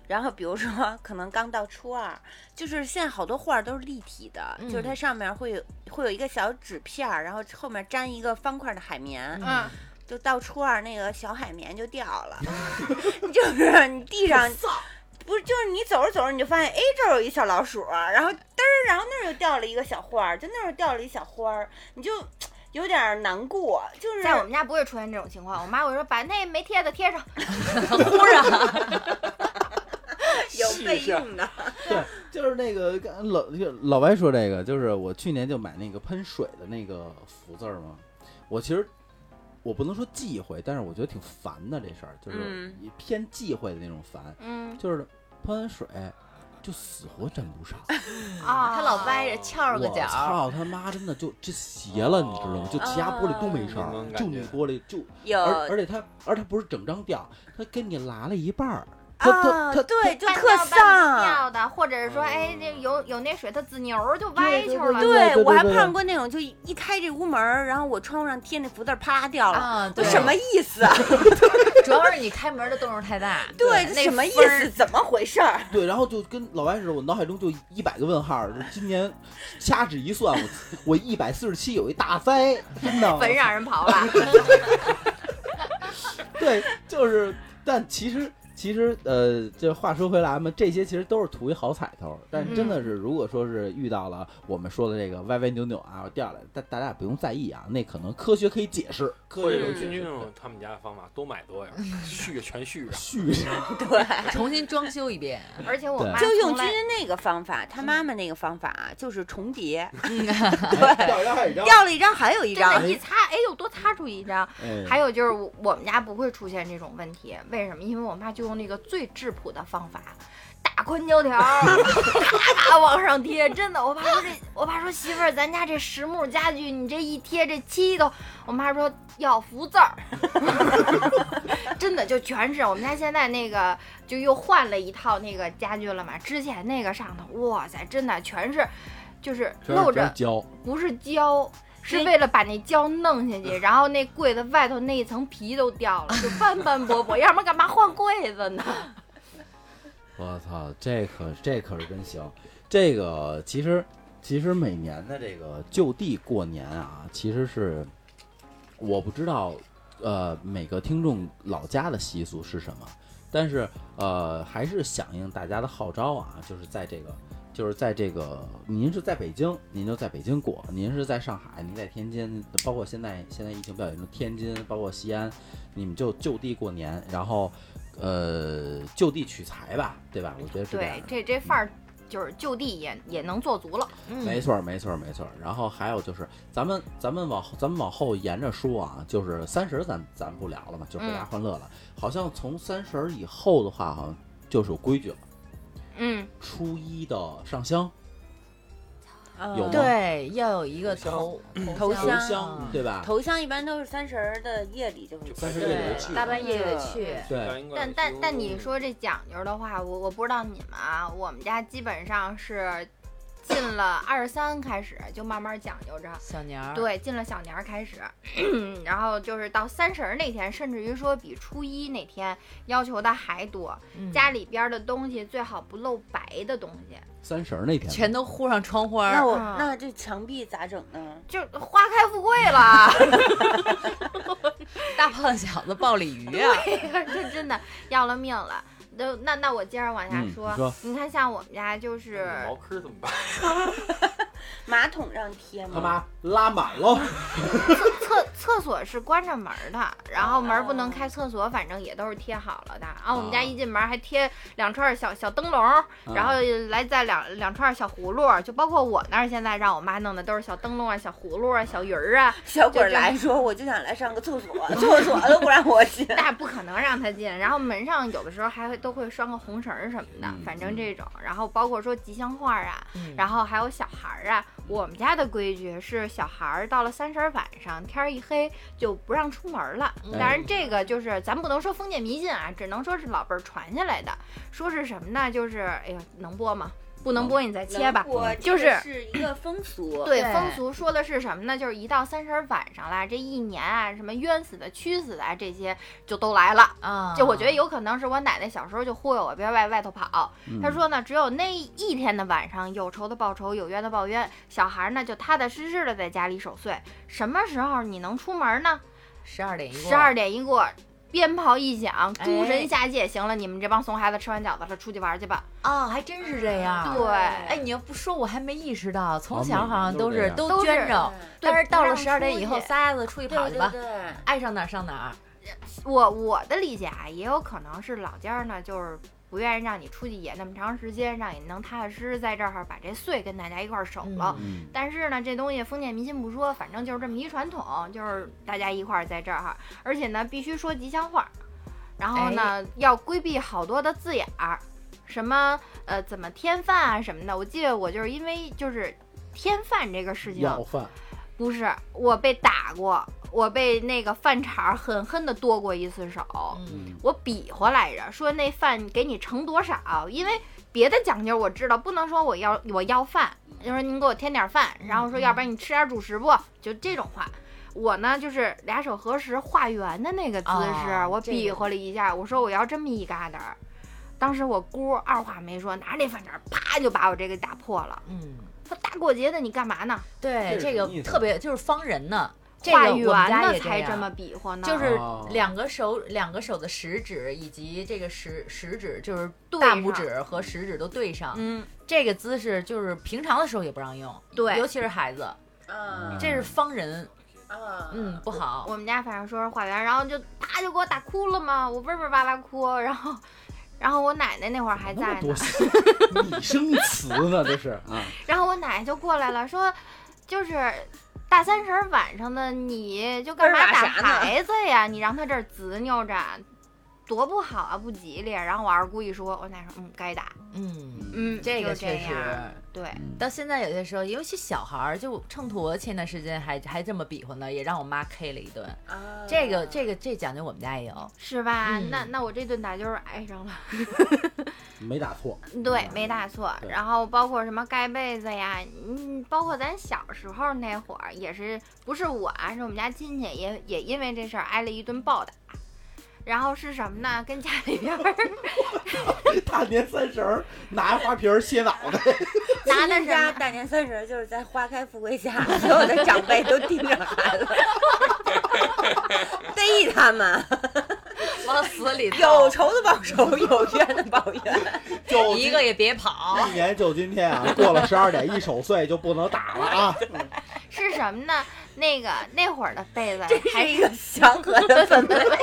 [SPEAKER 6] 然后比如说可能刚到初二，就是现在好多画儿都是立体的，就是它上面会有会有一个小纸片儿，然后后面粘一个方块的海绵，
[SPEAKER 4] 嗯，
[SPEAKER 6] 就到初二那个小海绵就掉了， 就是你地上。不是，就是你走着走着，你就发现，哎，这儿有一小老鼠啊，然后嘚儿，然后那儿又掉了一个小花儿，就那儿又掉了一小花儿，你就有点儿难过，就是
[SPEAKER 4] 在我们家不会出现这种情况。我妈会说把那没贴的贴上，啊
[SPEAKER 6] 有备
[SPEAKER 2] 是
[SPEAKER 6] 用的。
[SPEAKER 3] 对，就是那个刚老老白说这个，就是我去年就买那个喷水的那个福字儿嘛。我其实我不能说忌讳，但是我觉得挺烦的这事儿，就是
[SPEAKER 6] 嗯
[SPEAKER 3] 也偏忌讳的那种烦，
[SPEAKER 4] 嗯
[SPEAKER 3] 就是喷完水就死活沾 不上。
[SPEAKER 4] 啊，
[SPEAKER 1] 他老歪着翘着个角
[SPEAKER 3] 我
[SPEAKER 1] 儿，
[SPEAKER 3] 操他妈，真的就这斜了，你知道吗？就其他玻璃都没事儿
[SPEAKER 2] 哦，
[SPEAKER 3] 就那玻璃就，
[SPEAKER 6] 有啊
[SPEAKER 3] 而而且它而它不是整张掉，它给你拉了一半儿，它它
[SPEAKER 6] 啊，
[SPEAKER 3] 它
[SPEAKER 6] 对，就
[SPEAKER 4] 半
[SPEAKER 6] 特
[SPEAKER 4] 尿半
[SPEAKER 3] 啊
[SPEAKER 6] 丧。
[SPEAKER 4] 尿的，或者是说，哎，这有有那水，它自牛儿就歪
[SPEAKER 3] 对对
[SPEAKER 4] 球了。
[SPEAKER 3] 对
[SPEAKER 6] 对，我还
[SPEAKER 3] 对对
[SPEAKER 6] 碰过那种，就一一开这屋门儿，然后我窗户上贴那福字儿啪掉了，
[SPEAKER 1] 啊，
[SPEAKER 6] 都
[SPEAKER 1] 对，
[SPEAKER 6] 什么意思啊？
[SPEAKER 1] 主要是你开门的动静太大，
[SPEAKER 6] 对，
[SPEAKER 1] 那
[SPEAKER 6] 这什么意
[SPEAKER 1] 风儿
[SPEAKER 6] 思？怎么回事儿？
[SPEAKER 3] 对，然后就跟老白似的，我脑海中就一百个问号儿，就今年掐指一算，我我一百四十七有一大灾，真 的。
[SPEAKER 4] 坟让人刨了，
[SPEAKER 3] 对，就是，但其实其实呃，这话说回来嘛，这些其实都是图一好彩头，但真
[SPEAKER 4] 嗯
[SPEAKER 3] 的是如果说是遇到了我们说的这个歪歪扭扭啊掉下来，大大家也不用在意啊，那可能科学可以解释，科
[SPEAKER 2] 或
[SPEAKER 3] 学
[SPEAKER 2] 者
[SPEAKER 3] 可
[SPEAKER 2] 有
[SPEAKER 4] 嗯
[SPEAKER 3] 以解
[SPEAKER 2] 君君
[SPEAKER 3] 释
[SPEAKER 2] 那种他们家的方法，多买多点儿，续着全续啊上。
[SPEAKER 3] 续上。
[SPEAKER 1] 重新装修一遍，
[SPEAKER 4] 而且我妈
[SPEAKER 6] 就用
[SPEAKER 4] 从
[SPEAKER 6] 君
[SPEAKER 4] 来
[SPEAKER 6] 君那个方法，他妈妈那个方法啊就是重叠，
[SPEAKER 3] 嗯 掉一张还有一张，
[SPEAKER 6] 掉了一张还有一
[SPEAKER 4] 真
[SPEAKER 6] 张
[SPEAKER 4] 的，，一擦，哎呦，多擦出一张。
[SPEAKER 3] 哎
[SPEAKER 4] 还有就是我我们家不会出现这种问题，为什么？因为我妈就用那个最质朴的方法，大宽胶 条，啪啪往上贴。真的，我爸说这，我爸说媳妇儿，咱家这实木家具，你这一贴这漆都，我妈说要福字儿， 真的就全是。我们家现在那个就又换了一套那个家具了嘛，之前那个上头，哇塞，真的全是。就是
[SPEAKER 3] 全是
[SPEAKER 4] 露
[SPEAKER 3] 全
[SPEAKER 4] 着
[SPEAKER 3] 是胶，
[SPEAKER 4] 不是胶，是为了把那胶弄下去，然后那柜子外头那一层皮都掉了，就斑斑驳驳，要不然干嘛换柜子呢？
[SPEAKER 3] 我操，这可这可是真行。这个其实其实每年的这个就地过年啊，其实是呃我不知道呃每个听众老家的习俗是什么，但是呃还是响应大家的号召啊，就是在这个。就是在这个，您是在北京，您就在北京过；您是在上海，您在天津，包括现在现在疫情比较严重，天津包括西安，你们就就地过年，然后呃就地取材吧，对吧？我觉得是这样
[SPEAKER 4] 对
[SPEAKER 3] 的，。
[SPEAKER 4] 这这范儿就是就地也也能做足了。
[SPEAKER 3] 没错儿，没错儿，没错儿。然后还有就是，咱们咱们往后咱们往后沿着说啊，就是三十儿咱咱不聊了嘛，
[SPEAKER 4] 嗯
[SPEAKER 3] 就是回家欢乐了。好像从三十儿以后的话，好像就是有规矩了。
[SPEAKER 4] 嗯，
[SPEAKER 3] 初一的上香，
[SPEAKER 6] 嗯
[SPEAKER 3] 有吗
[SPEAKER 1] 对，要有一个头头
[SPEAKER 6] 头香
[SPEAKER 1] 香，
[SPEAKER 3] 对吧？
[SPEAKER 6] 头像一般都是三十儿的夜里就会
[SPEAKER 2] 就
[SPEAKER 6] 去
[SPEAKER 2] 三十
[SPEAKER 3] 夜里
[SPEAKER 1] 对，大半夜里去，
[SPEAKER 3] 对，
[SPEAKER 4] 但但但你说这讲究的话，我我不知道你们啊，我们家基本上是进了二十三开始就慢慢讲究着。
[SPEAKER 1] 小年儿，
[SPEAKER 4] 对，进了小年儿开始， 然后就是到三十儿那天，甚至于说比初一那天要求的还多。
[SPEAKER 1] 嗯
[SPEAKER 4] 家里边儿的东西最好不露白的东西，
[SPEAKER 3] 三十儿那天
[SPEAKER 1] 全都糊上窗
[SPEAKER 3] 嗯
[SPEAKER 1] 花
[SPEAKER 6] 那
[SPEAKER 1] 儿，
[SPEAKER 6] 我
[SPEAKER 4] 啊
[SPEAKER 6] 那这墙壁咋整呢？
[SPEAKER 4] 就花开富贵了。
[SPEAKER 1] 大胖小子抱鲤鱼啊，
[SPEAKER 4] 这真的要了命了。都那那我接着往下
[SPEAKER 3] 嗯
[SPEAKER 4] 说，
[SPEAKER 3] 你说
[SPEAKER 4] 你看像我们家就是
[SPEAKER 2] 毛坑怎么办？
[SPEAKER 6] 马桶上贴吗？
[SPEAKER 3] 他妈拉满喽，
[SPEAKER 4] 厕厕所是关着门儿的，然后门儿不能开，厕所反正也都是贴好了的。啊，我们家一进门还贴两串小小灯笼儿，
[SPEAKER 3] 嗯
[SPEAKER 4] 然后来再两两串小葫芦儿，就包括我那儿现在让我妈弄的都是小灯笼啊、小葫芦啊、小鱼儿啊，
[SPEAKER 6] 小鬼
[SPEAKER 4] 就
[SPEAKER 6] 儿
[SPEAKER 4] 这样
[SPEAKER 6] 来说，我就想来上个厕所，厕所都不让我 进。
[SPEAKER 4] 但是不可能让他进。然后门上有的时候还会都会拴个红绳儿什么的
[SPEAKER 3] 嗯，
[SPEAKER 4] 反正这种。然后包括说吉祥话啊，然后还有小孩儿啊。我们家的规矩是，小孩儿到了三十儿晚上，天儿一黑就不让出门了。
[SPEAKER 3] 嗯
[SPEAKER 4] 当然，这个就是咱不能说封建迷信啊，只能说是老辈儿传下来的。说是什么呢？就是哎呀，能播吗？不能播你再切吧。
[SPEAKER 6] 我这
[SPEAKER 4] 就是
[SPEAKER 6] 个嗯是一个风俗，
[SPEAKER 4] 对
[SPEAKER 1] 对
[SPEAKER 4] 风俗说的是什么呢？就是一到三十儿晚上啦，这一年啊，什么冤死的、屈死的啊，这些就都来了。
[SPEAKER 1] 啊，
[SPEAKER 4] 就我觉得有可能是我奶奶小时候就忽悠我别外外头跑。
[SPEAKER 3] 嗯
[SPEAKER 1] 嗯
[SPEAKER 4] 她说呢，只有那一天的晚上，有仇的报仇，有冤的报冤，小孩呢就踏踏实实的在家里守岁。什么时候你能出门呢？
[SPEAKER 1] 十二点一过，
[SPEAKER 4] 十二点一过，鞭炮一响，
[SPEAKER 1] 哎
[SPEAKER 4] 诸神下界。行了，你们这帮怂孩子吃完饺子了，出去玩去吧。
[SPEAKER 1] 啊，还真是这样。
[SPEAKER 6] 嗯
[SPEAKER 4] 对，
[SPEAKER 1] 哎，你要不说我还没意识到，从小好像
[SPEAKER 3] 啊都
[SPEAKER 1] 都
[SPEAKER 3] 是这
[SPEAKER 1] 是
[SPEAKER 3] 样
[SPEAKER 1] 都
[SPEAKER 4] 都是
[SPEAKER 1] 捐着，
[SPEAKER 4] 对
[SPEAKER 1] 但是到
[SPEAKER 4] 不
[SPEAKER 1] 了
[SPEAKER 4] 让
[SPEAKER 1] 十二点以后，
[SPEAKER 4] 出去
[SPEAKER 1] 撒丫子出去跑
[SPEAKER 6] 对
[SPEAKER 1] 去
[SPEAKER 6] 对
[SPEAKER 1] 吧，
[SPEAKER 6] 对，
[SPEAKER 1] 爱上哪儿上哪儿。
[SPEAKER 4] 我我的理解啊，也有可能是老家儿呢，就是不愿意让你出去野那么长时间，让你能踏踏实实在这儿把这岁跟大家一块儿守了。
[SPEAKER 1] 嗯
[SPEAKER 3] 嗯，
[SPEAKER 4] 但是呢，这东西封建迷信不说，反正就是这么一传统，就是大家一块儿在这儿哈，而且呢必须说吉祥话，然后呢、要规避好多的字眼儿，什么呃怎么添饭啊什么的。我记得我就是因为就是添饭这个事情，
[SPEAKER 3] 要饭
[SPEAKER 4] 不是我被打过，我被那个饭铲儿狠狠的剁过一次手，
[SPEAKER 1] 嗯，
[SPEAKER 4] 我比划来着，说那饭给你盛多少，因为别的讲究我知道，不能说我要我要饭，就说您给我添点饭，然后说要不然你吃点主食不，就这种话。我呢就是俩手合十画圆的那个姿势，
[SPEAKER 1] 哦
[SPEAKER 4] 我
[SPEAKER 1] 这个
[SPEAKER 4] 比划了一下，我说我要这么一疙瘩儿。当时我姑二话没说，拿着那饭铲儿啪就把我这个打破了。
[SPEAKER 1] 嗯，
[SPEAKER 4] 说大过节的你干嘛呢？
[SPEAKER 1] 对，这
[SPEAKER 3] 这是什
[SPEAKER 1] 个
[SPEAKER 3] 么意思
[SPEAKER 1] 特别就是方人呢，这
[SPEAKER 4] 画
[SPEAKER 1] 个我们
[SPEAKER 4] 圆
[SPEAKER 1] 家
[SPEAKER 4] 的
[SPEAKER 1] 也
[SPEAKER 4] 才
[SPEAKER 1] 这样
[SPEAKER 4] 么比划呢，
[SPEAKER 1] 就是
[SPEAKER 3] 哦
[SPEAKER 1] 两个手两个手的食指以及这个食食指，就是
[SPEAKER 4] 对
[SPEAKER 1] 大拇
[SPEAKER 4] 上
[SPEAKER 1] 指和食指都对上。
[SPEAKER 4] 嗯，
[SPEAKER 1] 这个姿势就是平常的时候也不让用，
[SPEAKER 4] 对
[SPEAKER 1] 尤其是孩子，
[SPEAKER 6] 嗯
[SPEAKER 1] 这是方人，
[SPEAKER 6] 嗯
[SPEAKER 1] 嗯，不好。
[SPEAKER 4] 我们家反正说是化缘，然后就啪就给我打哭了嘛，我嗡嗡哇哇哭，然后，然后我奶奶那会儿还
[SPEAKER 3] 那么
[SPEAKER 4] 在
[SPEAKER 3] 多
[SPEAKER 4] 呢，
[SPEAKER 3] 心 拟声词呢，这是啊，
[SPEAKER 4] 然后我奶奶就过来了，说，就是大三十儿晚上的你就干嘛
[SPEAKER 6] 嗡儿哇
[SPEAKER 4] 打
[SPEAKER 6] 啥呢
[SPEAKER 4] 孩子呀？ 你让他这儿执拗着，多不好啊，不吉利。然后我二姑一说，我奶奶说，嗯，该打，
[SPEAKER 1] 嗯，
[SPEAKER 4] 嗯，
[SPEAKER 1] 这个
[SPEAKER 4] 就这
[SPEAKER 1] 确实。
[SPEAKER 4] 样，对，
[SPEAKER 1] 到现在有些时候，尤其小孩儿，就秤砣前段时间还还这么比划呢，也让我妈 K 了一顿。
[SPEAKER 6] 啊
[SPEAKER 1] 这个这个这讲究我们家也有，
[SPEAKER 4] 是吧？
[SPEAKER 1] 嗯
[SPEAKER 4] 那那我这顿打就是挨上了。
[SPEAKER 3] 没打错，
[SPEAKER 4] 对，没大错。
[SPEAKER 3] 对
[SPEAKER 4] 然后包括什么盖被子呀，嗯，包括咱小时候那会儿也是，不是我啊，是我们家亲戚也也因为这事儿挨了一顿暴打。然后是什么呢？跟家里边儿
[SPEAKER 5] 大年三十儿拿花瓶儿歇脑 袋，
[SPEAKER 4] 拿
[SPEAKER 6] 咱
[SPEAKER 4] 的
[SPEAKER 6] 们
[SPEAKER 4] 什
[SPEAKER 6] 家
[SPEAKER 4] 么？
[SPEAKER 6] 大年三十就是在花开富贵下， 所有的长辈都盯着孩子， 逮他们，
[SPEAKER 1] 往死 里
[SPEAKER 6] 有仇的报仇，有冤的报冤。
[SPEAKER 5] 就
[SPEAKER 1] 一个也别 跑。
[SPEAKER 3] 一年就今天啊，过了十二点一守岁就不能打了 啊，
[SPEAKER 4] 是什么呢？那个那会儿的被子
[SPEAKER 6] 这
[SPEAKER 4] 还
[SPEAKER 6] 是一个祥和的氛围。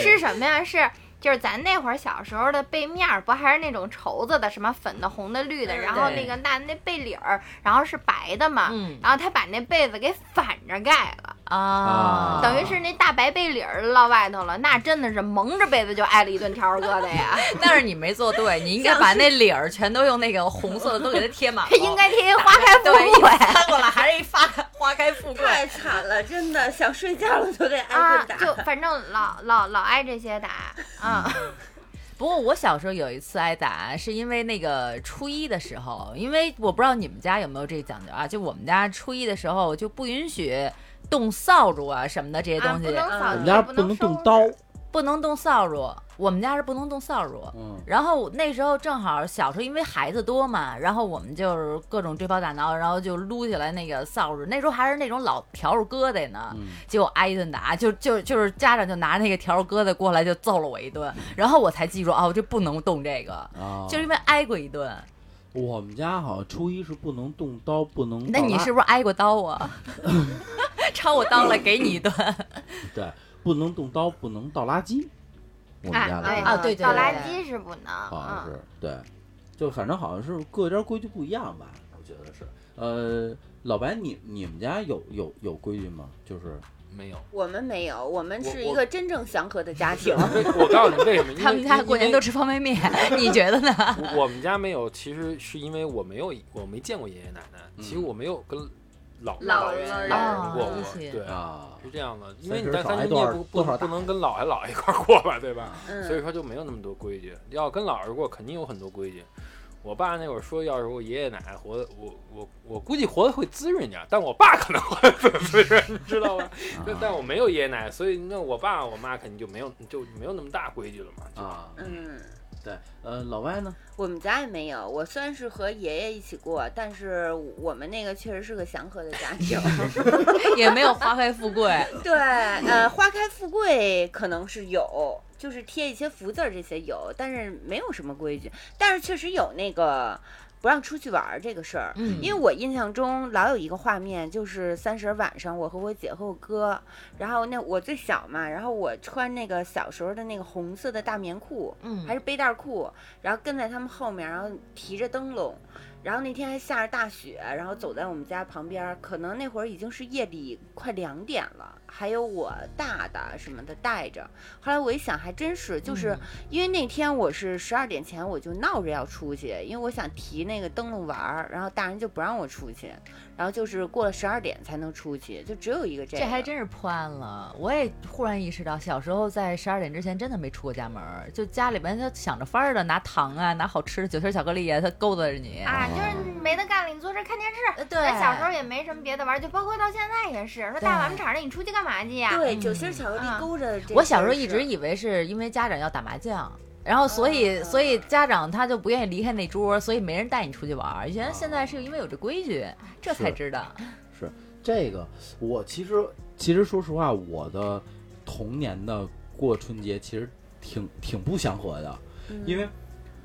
[SPEAKER 4] 是什么呀？是就是咱那会儿小时候的被面儿，不还是那种绸子的，什么粉的、红的、绿的，
[SPEAKER 6] 嗯
[SPEAKER 4] 然后
[SPEAKER 1] 对
[SPEAKER 4] 那个那那被里儿，然后是白的嘛，
[SPEAKER 1] 嗯
[SPEAKER 4] 然后他把那被子给反着盖了。
[SPEAKER 1] 啊，
[SPEAKER 4] 等于是那大白被里儿落外头了，那真的是蒙着被子就挨了一顿条儿疙瘩 呀，
[SPEAKER 1] 但是你没做对，你应该把那领儿全都用那个红色的都给它 贴满了。
[SPEAKER 4] 应该贴花开 富
[SPEAKER 1] 对，一
[SPEAKER 4] 贵。
[SPEAKER 1] 翻过来还是一发花开富贵。
[SPEAKER 6] 太惨了，真的想睡觉了都得挨
[SPEAKER 4] 啊，
[SPEAKER 6] 顿打。
[SPEAKER 4] 就反正老老老挨这些打，嗯，
[SPEAKER 1] 不过我小时候有一次挨打，是因为那个初一的时候，因为我不知道你们家有没有这个讲究啊，就我们家初一的时候就不允许动扫帚啊什么的这些
[SPEAKER 4] 啊，
[SPEAKER 1] 东
[SPEAKER 4] 不
[SPEAKER 1] 西，
[SPEAKER 4] 能
[SPEAKER 6] 嗯
[SPEAKER 4] 扫
[SPEAKER 3] 我们
[SPEAKER 4] 地，
[SPEAKER 3] 家
[SPEAKER 4] 不
[SPEAKER 3] 能
[SPEAKER 4] 收
[SPEAKER 3] 动
[SPEAKER 4] 拾
[SPEAKER 3] 刀，
[SPEAKER 1] 不能动扫帚，我们家是不能动扫帚。
[SPEAKER 3] 嗯，
[SPEAKER 1] 然后那时候正好小时候因为孩子多嘛，然后我们就是各种追跑打闹，然后就撸起来那个扫帚，那时候还是那种老笤帚疙瘩呢，
[SPEAKER 3] 嗯
[SPEAKER 1] 结果挨一顿打，就就就是家长就拿那个笤帚疙瘩过来就揍了我一顿，然后我才记住哦，这不能动这个，
[SPEAKER 3] 啊，
[SPEAKER 1] 就是因为挨过一顿。
[SPEAKER 3] 我们家好像初一是不能动刀，不能
[SPEAKER 1] 那
[SPEAKER 3] 倒
[SPEAKER 1] 你
[SPEAKER 3] 垃
[SPEAKER 1] 是不是挨过刀 啊？抄我刀来给你一 顿，
[SPEAKER 3] 对不能动刀，不能倒垃圾，我们
[SPEAKER 4] 哎
[SPEAKER 3] 家的
[SPEAKER 4] 哎
[SPEAKER 3] 是
[SPEAKER 1] 啊对对
[SPEAKER 4] 倒
[SPEAKER 1] 对
[SPEAKER 4] 垃
[SPEAKER 1] 对
[SPEAKER 4] 圾是不能，
[SPEAKER 3] 好像
[SPEAKER 4] 嗯，
[SPEAKER 3] 是对，就反正好像是各家规矩不一样吧，我觉得是。呃，老白，你你们家有有有规矩吗？就是
[SPEAKER 2] 没有。
[SPEAKER 6] 我们没有，我们是
[SPEAKER 2] 我
[SPEAKER 6] 一个真正祥和的家 庭。
[SPEAKER 2] 为我告诉你为什么，因 为
[SPEAKER 1] 他们家过年都吃方便面，你觉得呢？
[SPEAKER 2] 因嗯为我我们家没有，其实是因为我没有，我没见过爷爷奶奶。其实我没有跟老
[SPEAKER 7] 老
[SPEAKER 2] 人
[SPEAKER 7] 人
[SPEAKER 2] 老人过
[SPEAKER 1] 哦
[SPEAKER 2] 过，
[SPEAKER 1] 一起
[SPEAKER 2] 对，
[SPEAKER 3] 啊，
[SPEAKER 2] 是这样的，因
[SPEAKER 3] 所以
[SPEAKER 2] 为你
[SPEAKER 3] 是
[SPEAKER 2] 在
[SPEAKER 3] 少
[SPEAKER 2] 三
[SPEAKER 3] 挨
[SPEAKER 2] 星
[SPEAKER 3] 多
[SPEAKER 2] 你也
[SPEAKER 3] 少
[SPEAKER 2] 不
[SPEAKER 3] 多
[SPEAKER 2] 不
[SPEAKER 3] 少大
[SPEAKER 2] 不能跟老还老一块儿过吧，对吧？所以
[SPEAKER 6] 嗯，
[SPEAKER 2] 说就没有那么多规矩，要跟老人过肯定有很多规矩。我爸那会儿说，要是我爷爷奶奶活的，我我我估计活的会滋润点儿，但我爸可能活得不滋润，你知道吧？
[SPEAKER 3] 啊
[SPEAKER 2] 但但我没有爷爷奶奶，所以那我爸我妈肯定就没有就没有那么大规矩了嘛。就
[SPEAKER 3] 啊，
[SPEAKER 6] 嗯，
[SPEAKER 3] 对，呃，老外呢？
[SPEAKER 6] 我们家也没有。我虽然是和爷爷一起过，但是我们那个确实是个祥和的家 庭。
[SPEAKER 1] 也没有花开富贵，
[SPEAKER 6] 对，呃，花开富贵可能是有，就是贴一些福字儿这些有，但是没有什么规矩。但是确实有那个不让出去玩儿这个事儿。
[SPEAKER 1] 嗯
[SPEAKER 6] 因为我印象中老有一个画面，就是三十晚上，我和我姐和我哥，然后那我最小嘛，然后我穿那个小时候的那个红色的大棉裤，
[SPEAKER 1] 嗯
[SPEAKER 6] 还是背带儿裤，然后跟在他们后面，然后提着灯笼，然后那天还下着大雪，然后走在我们家旁边儿，可能那会儿已经是夜里快两点了，还有我大的什么的带着。后来我一想，还真是，就是
[SPEAKER 1] 嗯
[SPEAKER 6] 因为那天我是十二点前我就闹着要出去，因为我想提那个灯笼玩儿，然后大人就不让我出去，然后就是过了十二点才能出去，就只有一个这
[SPEAKER 1] 这
[SPEAKER 6] 个。
[SPEAKER 1] 还真是破案了。我也忽然意识到，小时候在十二点之前真的没出过家门儿，就家里边就想着法儿的拿糖啊，拿好吃的九心巧克力啊，他勾搭着你。
[SPEAKER 4] 啊，就是没得干了，你坐这儿看电视。
[SPEAKER 1] 呃对
[SPEAKER 4] 哎咱小时候也没什么别的玩儿，就包括到现在也是。
[SPEAKER 1] 对
[SPEAKER 4] 说大晚场的，你出去干嘛去呀？
[SPEAKER 6] 对，
[SPEAKER 1] 嗯
[SPEAKER 6] 酒心儿巧克力
[SPEAKER 4] 啊
[SPEAKER 6] 勾着这
[SPEAKER 1] 我小时候
[SPEAKER 6] 事儿
[SPEAKER 1] 一直
[SPEAKER 6] 是
[SPEAKER 1] 以为是因为家长要打麻将，然后
[SPEAKER 4] 哦
[SPEAKER 1] 所以、所以家长他就不愿意离开那桌，所以没人带你出去玩儿。原来现
[SPEAKER 4] 哦
[SPEAKER 1] 在是因为有这规矩，这才
[SPEAKER 3] 是
[SPEAKER 1] 知道。
[SPEAKER 3] 这个我其实其实说实话，我的童年的过春节其实挺挺不祥和的，因为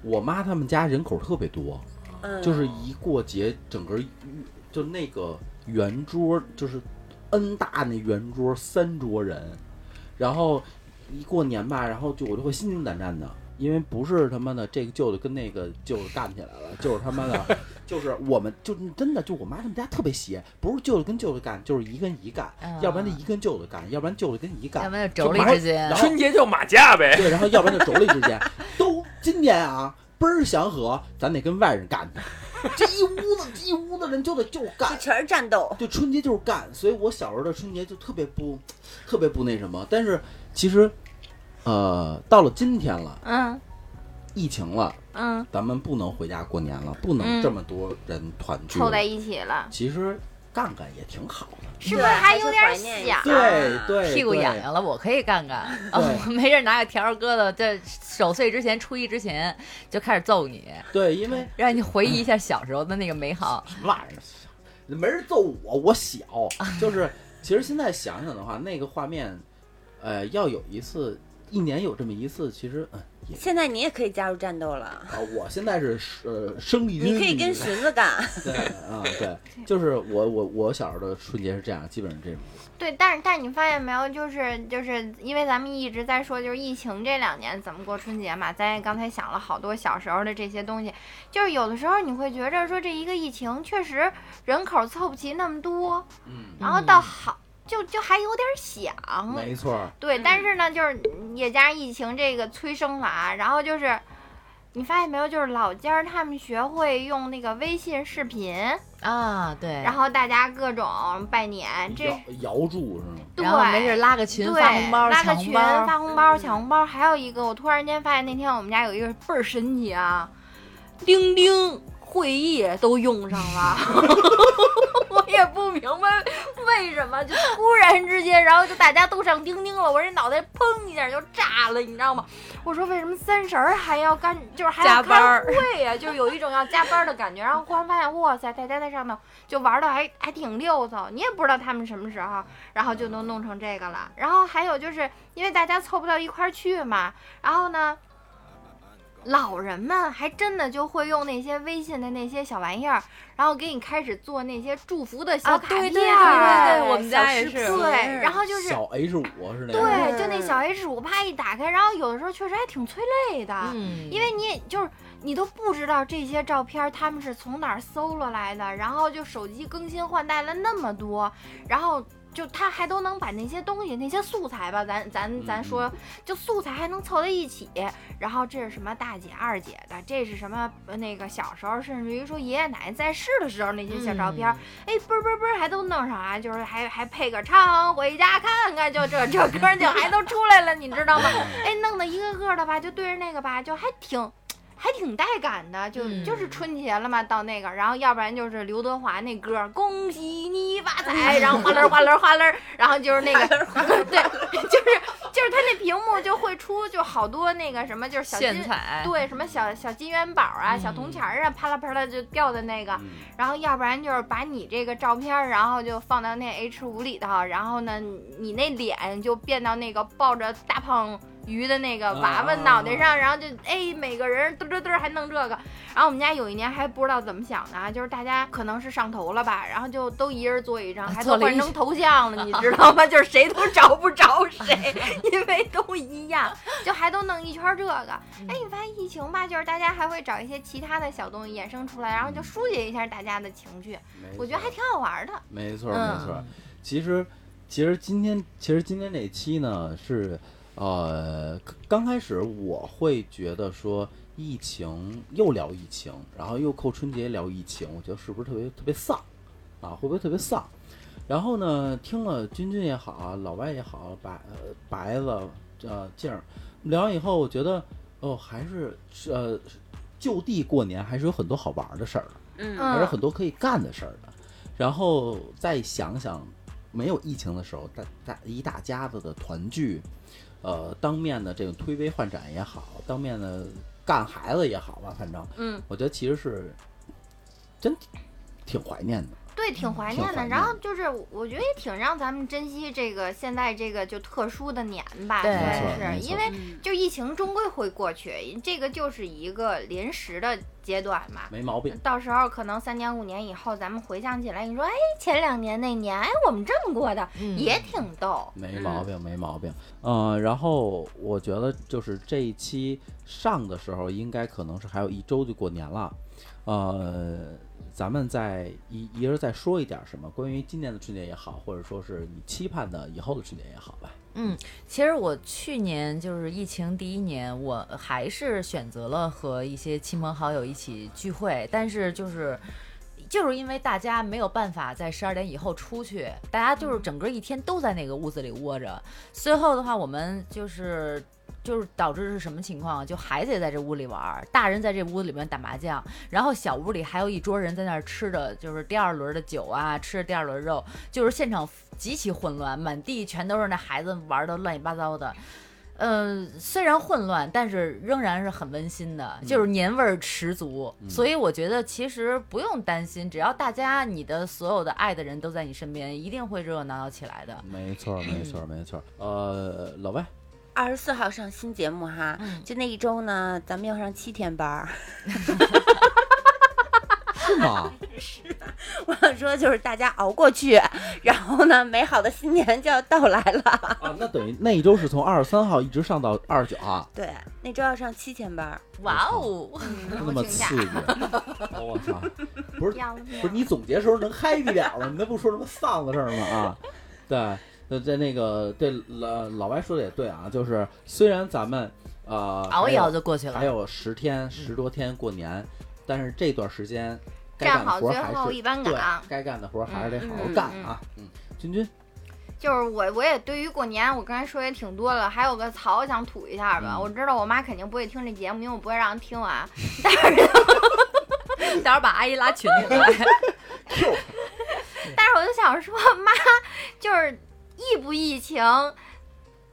[SPEAKER 3] 我妈他们家人口特别多，
[SPEAKER 6] 嗯
[SPEAKER 3] 就是一过节整个就那个圆桌就是 N 大那圆桌三桌人，然后一过年吧，然后就我就会心惊胆战的。因为不是他妈的这个舅舅跟那个舅舅干起来了， 就是他妈的，就是我们就真的就我妈他们家特别邪，不是舅舅跟舅舅干，就是一跟一干，要不然就一跟舅舅干，要不然舅舅跟一干
[SPEAKER 1] 要，不然就妯
[SPEAKER 3] 就马
[SPEAKER 1] 娌
[SPEAKER 3] 上
[SPEAKER 1] 之间
[SPEAKER 3] 然后
[SPEAKER 2] 春节就马架呗，
[SPEAKER 3] 对，然后要不然就妯娌之间 都今年啊倍儿祥和，咱得跟外人干去，这一屋子这一屋子人就得就
[SPEAKER 6] 就
[SPEAKER 3] 干。
[SPEAKER 6] 全是战斗。
[SPEAKER 3] 就春节就是干，所以我小时候的春节就特别不，特别不那什么。但是其实，呃，到了今天了，
[SPEAKER 4] 嗯
[SPEAKER 3] 疫情了，
[SPEAKER 4] 嗯，
[SPEAKER 3] 咱们不能回家过年了，不能
[SPEAKER 4] 嗯
[SPEAKER 3] 这么多人团聚了。
[SPEAKER 4] 凑在一啊起了，
[SPEAKER 3] 其实干干也挺好的。
[SPEAKER 4] 是不是
[SPEAKER 6] 对还
[SPEAKER 4] 有
[SPEAKER 6] 是
[SPEAKER 4] 点
[SPEAKER 6] 怀念一
[SPEAKER 4] 想？
[SPEAKER 3] 对对，
[SPEAKER 1] 屁股
[SPEAKER 3] 对
[SPEAKER 1] 痒痒了，我可以干 干。哦，没事，拿个笤帚疙瘩，在守岁之前、初一之前就开始揍你，
[SPEAKER 3] 对，因为
[SPEAKER 1] 让你回忆一下小时候的那个美好。
[SPEAKER 3] 什么玩意儿？没人揍我，我小。就是，其实现在想想的话，那个画面，呃，要有一次，一年有这么一次，其实，嗯、也
[SPEAKER 6] 现在你也可以加入战斗了，
[SPEAKER 3] 啊，我现在是呃生力军，
[SPEAKER 6] 你可以跟荀子 干。
[SPEAKER 3] 对啊，对，就是我我我小时候的春节是这样，基本上这种。
[SPEAKER 4] 对，但是但是你发现没有，就是就是因为咱们一直在说，就是疫情这两年怎么过春节嘛，咱也刚才想了好多小时候的这些东西，就是有的时候你会觉着说这一个疫情确实人口凑不齐那么多，
[SPEAKER 3] 嗯，
[SPEAKER 4] 然后到好就就还有点想，
[SPEAKER 3] 没错儿，
[SPEAKER 4] 对，
[SPEAKER 1] 嗯
[SPEAKER 4] 但是呢，就是也加上疫情这个催生法，然后就是你发现没有，就是老家儿他们学会用那个微信视频，
[SPEAKER 1] 啊，对。
[SPEAKER 4] 嗯然后大家各种拜年，这
[SPEAKER 3] 摇摇柱是吗？
[SPEAKER 4] 对
[SPEAKER 1] 然后没事拉个群
[SPEAKER 4] 对，
[SPEAKER 1] 发红包、
[SPEAKER 4] 拉个
[SPEAKER 1] 抢
[SPEAKER 4] 群
[SPEAKER 1] 红
[SPEAKER 4] 发
[SPEAKER 1] 包。
[SPEAKER 4] 红包、抢红包，还有一个，我突然间发现那天我们家有一个倍儿神奇啊，钉钉会议都用上了。 我也不明白为什么，就突然之间，然后就大家都上钉钉了，我这脑袋砰一下就炸了，你知道吗？我说为什么三十儿还要干，就是还要
[SPEAKER 7] 加班
[SPEAKER 4] 开
[SPEAKER 7] 儿
[SPEAKER 4] 会呀、就是有一种要加班儿的感觉。然后忽然发现，哇塞，大家在上头就玩的还还挺溜索，你也不知道他们什么时候，然后就能弄成这个了。然后还有就是因为大家凑不到一块儿去嘛，然后呢。老人们还真的就会用那些微信的那些小玩意儿，然后给你开始做那些祝福的小
[SPEAKER 7] 啊
[SPEAKER 4] 哦卡片儿、
[SPEAKER 7] 对对对对对，我们
[SPEAKER 6] 小
[SPEAKER 7] 家也
[SPEAKER 6] 视
[SPEAKER 7] 是
[SPEAKER 6] 频
[SPEAKER 4] 对，然后就是
[SPEAKER 3] 小 H 五是那个，
[SPEAKER 4] 对，就那小 H 五啪一打开，然后有的时候确实还挺催泪的，
[SPEAKER 1] 嗯，
[SPEAKER 4] 啊因为你也就是你都不知道这些照片儿他们是从哪儿搜罗来的，然后就手机更新换代了那么多，然后就他还都能把那些东西、那些素材吧，咱咱咱
[SPEAKER 3] 嗯
[SPEAKER 4] 说，就素材还能凑到一起。然后这是什么大姐、二姐的，这是什么呃那个小时候，甚至于说爷爷奶奶在世的时候那些小照片，
[SPEAKER 1] 嗯
[SPEAKER 4] 哎，嘣嘣嘣还都弄上啊，就是还还配个唱，回家看看，就 这这歌儿就还都出来了，你知道吗？哎，弄得一个个的吧，就对着那个吧，就还挺。还挺带感的，就、
[SPEAKER 1] 嗯
[SPEAKER 4] 就是春节了嘛，到那个，然后要不然就是刘德华那歌儿“恭喜你发财”，然后哗啦哗啦哗啦，然后就是那个，对， 就是就是他那屏幕就会出就好多那个什么，就是小
[SPEAKER 1] 炫
[SPEAKER 4] 金
[SPEAKER 1] 彩，
[SPEAKER 4] 对什么小小金元宝啊、小铜钱儿啊，啪啦啪啦就掉在那个，
[SPEAKER 3] 嗯
[SPEAKER 4] 然后要不然就是把你这个照片儿，然后就放到那 H 五里头，然后呢，你那脸就变到那个抱着大胖鱼的那个娃娃脑袋上，然后就哎每个人嘚嘚嘚还弄这个。然后我们家有一年还不知道怎么想的啊，就是大家可能是上头了吧，然后就都一人做一
[SPEAKER 3] 啊
[SPEAKER 4] 张，还
[SPEAKER 1] 做
[SPEAKER 4] 都
[SPEAKER 1] 了一
[SPEAKER 4] 换成头像了，你知道吗？ 就是谁都找不着谁，因为都一样，就还都弄一圈儿这个。
[SPEAKER 3] 嗯
[SPEAKER 4] 哎，你发现疫情吧，就是大家还会找一些其他的小东西衍生出来，然后就疏解一下大家的情绪，我觉得还挺好玩的。
[SPEAKER 3] 没错
[SPEAKER 4] 嗯
[SPEAKER 3] 没错。其实其实今天其实今天这期呢是呃刚刚开始我会觉得说疫情又聊疫情，然后又扣春节聊疫情，我觉得是不是特别特别丧啊？会不会特别丧？然后呢，听了君君也好啊，老外也好，白呃白子呃静儿聊完以后，我觉得哦还是呃就地过年还是有很多好玩的事儿的。
[SPEAKER 6] 嗯，
[SPEAKER 4] 嗯
[SPEAKER 3] 还是很多可以干的事儿的。然后再想想，没有疫情的时候，大大一大家子的团聚，呃，当面的这种推杯换盏也好，当面的干孩子也好吧，反正，
[SPEAKER 4] 嗯，
[SPEAKER 3] 我觉得其实是真挺怀念的。
[SPEAKER 4] 对，挺怀
[SPEAKER 3] 嗯挺
[SPEAKER 4] 念
[SPEAKER 3] 怀
[SPEAKER 4] 的。
[SPEAKER 3] 念
[SPEAKER 4] 然后就是，我觉得也挺让咱们珍惜这个现在这个就特殊的年吧，
[SPEAKER 1] 对
[SPEAKER 4] 算
[SPEAKER 3] 没错没
[SPEAKER 4] 是
[SPEAKER 3] 错
[SPEAKER 4] 因为就疫情终归会过去，这个就是一个临时的阶段嘛。
[SPEAKER 3] 没毛病，
[SPEAKER 4] 到时候可能三年五年以后，咱们回想起来，你说，哎，前两年那年，哎，我们这么过的，
[SPEAKER 1] 嗯
[SPEAKER 4] 也挺逗。
[SPEAKER 3] 没毛病，没毛病。嗯，然后我觉得就是这一期上的时候，应该可能是还有一周就过年了，呃，咱们再一一人再说一点什么关于今年的春节也好，或者说是你期盼的以后的春节也好吧。
[SPEAKER 1] 其实我去年就是疫情第一年，我还是选择了和一些亲朋好友一起聚会，但是就是。就是因为大家没有办法在十二点以后出去，大家就是整个一天都在那个屋子里窝着。最后的话，我们就是就是导致是什么情况？啊就孩子也在这屋里玩儿，大人在这屋里面打麻将，然后小屋里还有一桌人在那儿吃着就是第二轮的酒啊，吃着第二轮肉，就是现场极其混乱，满地全都是那孩子玩的乱七八糟的。嗯、虽然混乱，但是仍然是很温馨的，
[SPEAKER 3] 嗯
[SPEAKER 1] 就是年味儿十足。所以我觉得其实不用担心，只要大家你的所有的爱的人都在你身边，一定会热热闹闹起来的。
[SPEAKER 3] 没错，没错，没错。呃，老外，
[SPEAKER 6] 二十四号上新节目哈，就那一周呢，咱们要上七天班儿。
[SPEAKER 3] 是吗？
[SPEAKER 6] 我想说就是大家熬过去， 然后呢，美好的新年就要到来了。
[SPEAKER 3] 啊，那等于那一周是从二十三号一直上到二十九号，啊
[SPEAKER 6] 对，那周要上七天班儿。
[SPEAKER 3] 嗯
[SPEAKER 1] 哇哦，
[SPEAKER 3] 那
[SPEAKER 4] 我
[SPEAKER 3] 么
[SPEAKER 4] 请假
[SPEAKER 3] 刺激！ 我操，不是
[SPEAKER 4] 要不
[SPEAKER 3] 不是你总结时候能 happy 点儿吗？你那不说什么丧的事儿吗？啊， 对，那这那个对老老白说的也对啊，就是虽然咱们呃
[SPEAKER 1] 熬一
[SPEAKER 3] 还有
[SPEAKER 1] 熬就过去了
[SPEAKER 3] 还。有十天十多天过年，但是这段时间该
[SPEAKER 4] 站
[SPEAKER 3] 干的
[SPEAKER 4] 好
[SPEAKER 3] 活儿
[SPEAKER 4] 最
[SPEAKER 3] 还
[SPEAKER 4] 后
[SPEAKER 3] 是
[SPEAKER 4] 一班
[SPEAKER 3] 对
[SPEAKER 4] 岗，
[SPEAKER 3] 该干的活儿还是得好好
[SPEAKER 6] 嗯嗯
[SPEAKER 3] 干
[SPEAKER 4] 嗯
[SPEAKER 3] 啊。嗯，君君，
[SPEAKER 4] 就是我，我也对于过年，我刚才说也挺多了，还有个槽想吐一下吧。
[SPEAKER 3] 嗯
[SPEAKER 4] 我知道我妈肯定不会听这节目，因为我不会让人听啊 完。
[SPEAKER 1] 到时候把阿姨拉群 里来。
[SPEAKER 4] 但是我就想说，妈，就是疫不疫情，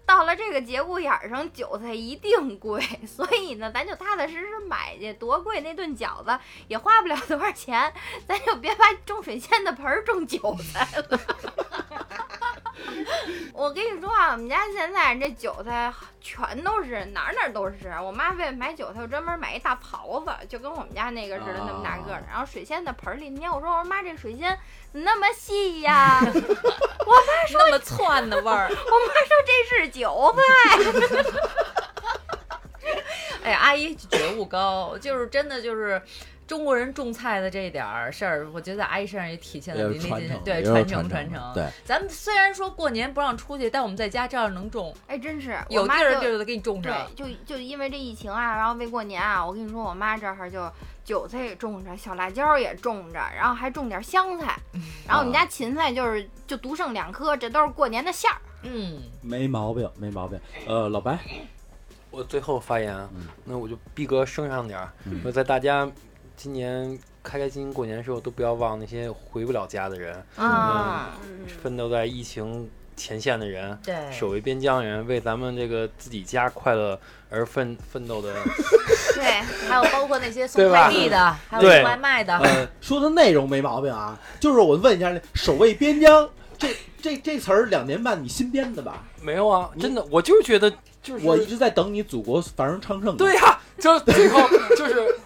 [SPEAKER 4] 到了这个节骨眼儿上，韭菜一定贵，所以呢，咱就踏踏实实买去，多贵那顿饺子也花不了多少钱，咱就别把种水仙的盆儿种韭菜了。 我跟你说啊，我们家现在这韭菜全都是哪儿哪儿都是。我妈为了买韭菜，我专门买一大袍子，就跟我们家那个似的，那么大个儿的。然后水仙的盆儿里，你看我说我说妈，这水仙怎么那么细呀？
[SPEAKER 7] 那么窜的味儿，
[SPEAKER 4] 我妈说这是韭菜，
[SPEAKER 1] 哎，阿姨觉悟高，就是真的就是。中国人种菜的这点儿事儿，我觉得在阿姨身上也体现
[SPEAKER 3] 也
[SPEAKER 1] 的
[SPEAKER 3] 是
[SPEAKER 1] 淋漓
[SPEAKER 3] 传
[SPEAKER 1] 尽致
[SPEAKER 3] 承，，
[SPEAKER 1] 对
[SPEAKER 3] 也是
[SPEAKER 1] 承
[SPEAKER 3] 传
[SPEAKER 1] 传承。
[SPEAKER 3] 对，
[SPEAKER 1] 咱们虽然说过年不让出去，但我们在家照样能种，
[SPEAKER 4] 哎，真是我
[SPEAKER 1] 有地
[SPEAKER 4] 妈
[SPEAKER 1] 儿
[SPEAKER 4] 就
[SPEAKER 1] 就得给你种
[SPEAKER 4] 对
[SPEAKER 1] 上，。
[SPEAKER 4] 就就因为这疫情啊，然后为过年啊，我跟你说，我妈这儿就韭菜也种着，小辣椒也种着，然后还种点香菜，
[SPEAKER 1] 嗯
[SPEAKER 4] 然
[SPEAKER 1] 哦
[SPEAKER 4] 后我们家芹菜就是就独剩两颗，这都是过年的馅儿。
[SPEAKER 1] 嗯，
[SPEAKER 3] 没毛病，没毛病。呃，老白，
[SPEAKER 2] 我最后发言啊
[SPEAKER 3] 嗯，
[SPEAKER 2] 那我就逼格升上点儿
[SPEAKER 3] 嗯。
[SPEAKER 2] 我在大家今年开开心心过年的时候，都不要忘那些回不了家的人，
[SPEAKER 4] 嗯，
[SPEAKER 2] 奋斗在疫情前线的人，
[SPEAKER 1] 对
[SPEAKER 2] 守卫边疆人，为咱们这个自己家快乐而奋奋斗的。
[SPEAKER 4] 对，
[SPEAKER 1] 还有包括那些送
[SPEAKER 2] 对吧
[SPEAKER 1] 快递的，还有
[SPEAKER 2] 对
[SPEAKER 1] 送外卖的，
[SPEAKER 3] 呃，说的内容没毛病啊，就是我问一下，守卫边疆这这这词儿两年半你新编的吧？
[SPEAKER 2] 没有啊，
[SPEAKER 3] 你
[SPEAKER 2] 真的，我就是觉得就是
[SPEAKER 3] 我一直在等你祖国繁荣昌盛。
[SPEAKER 2] 对，呀、就最后就是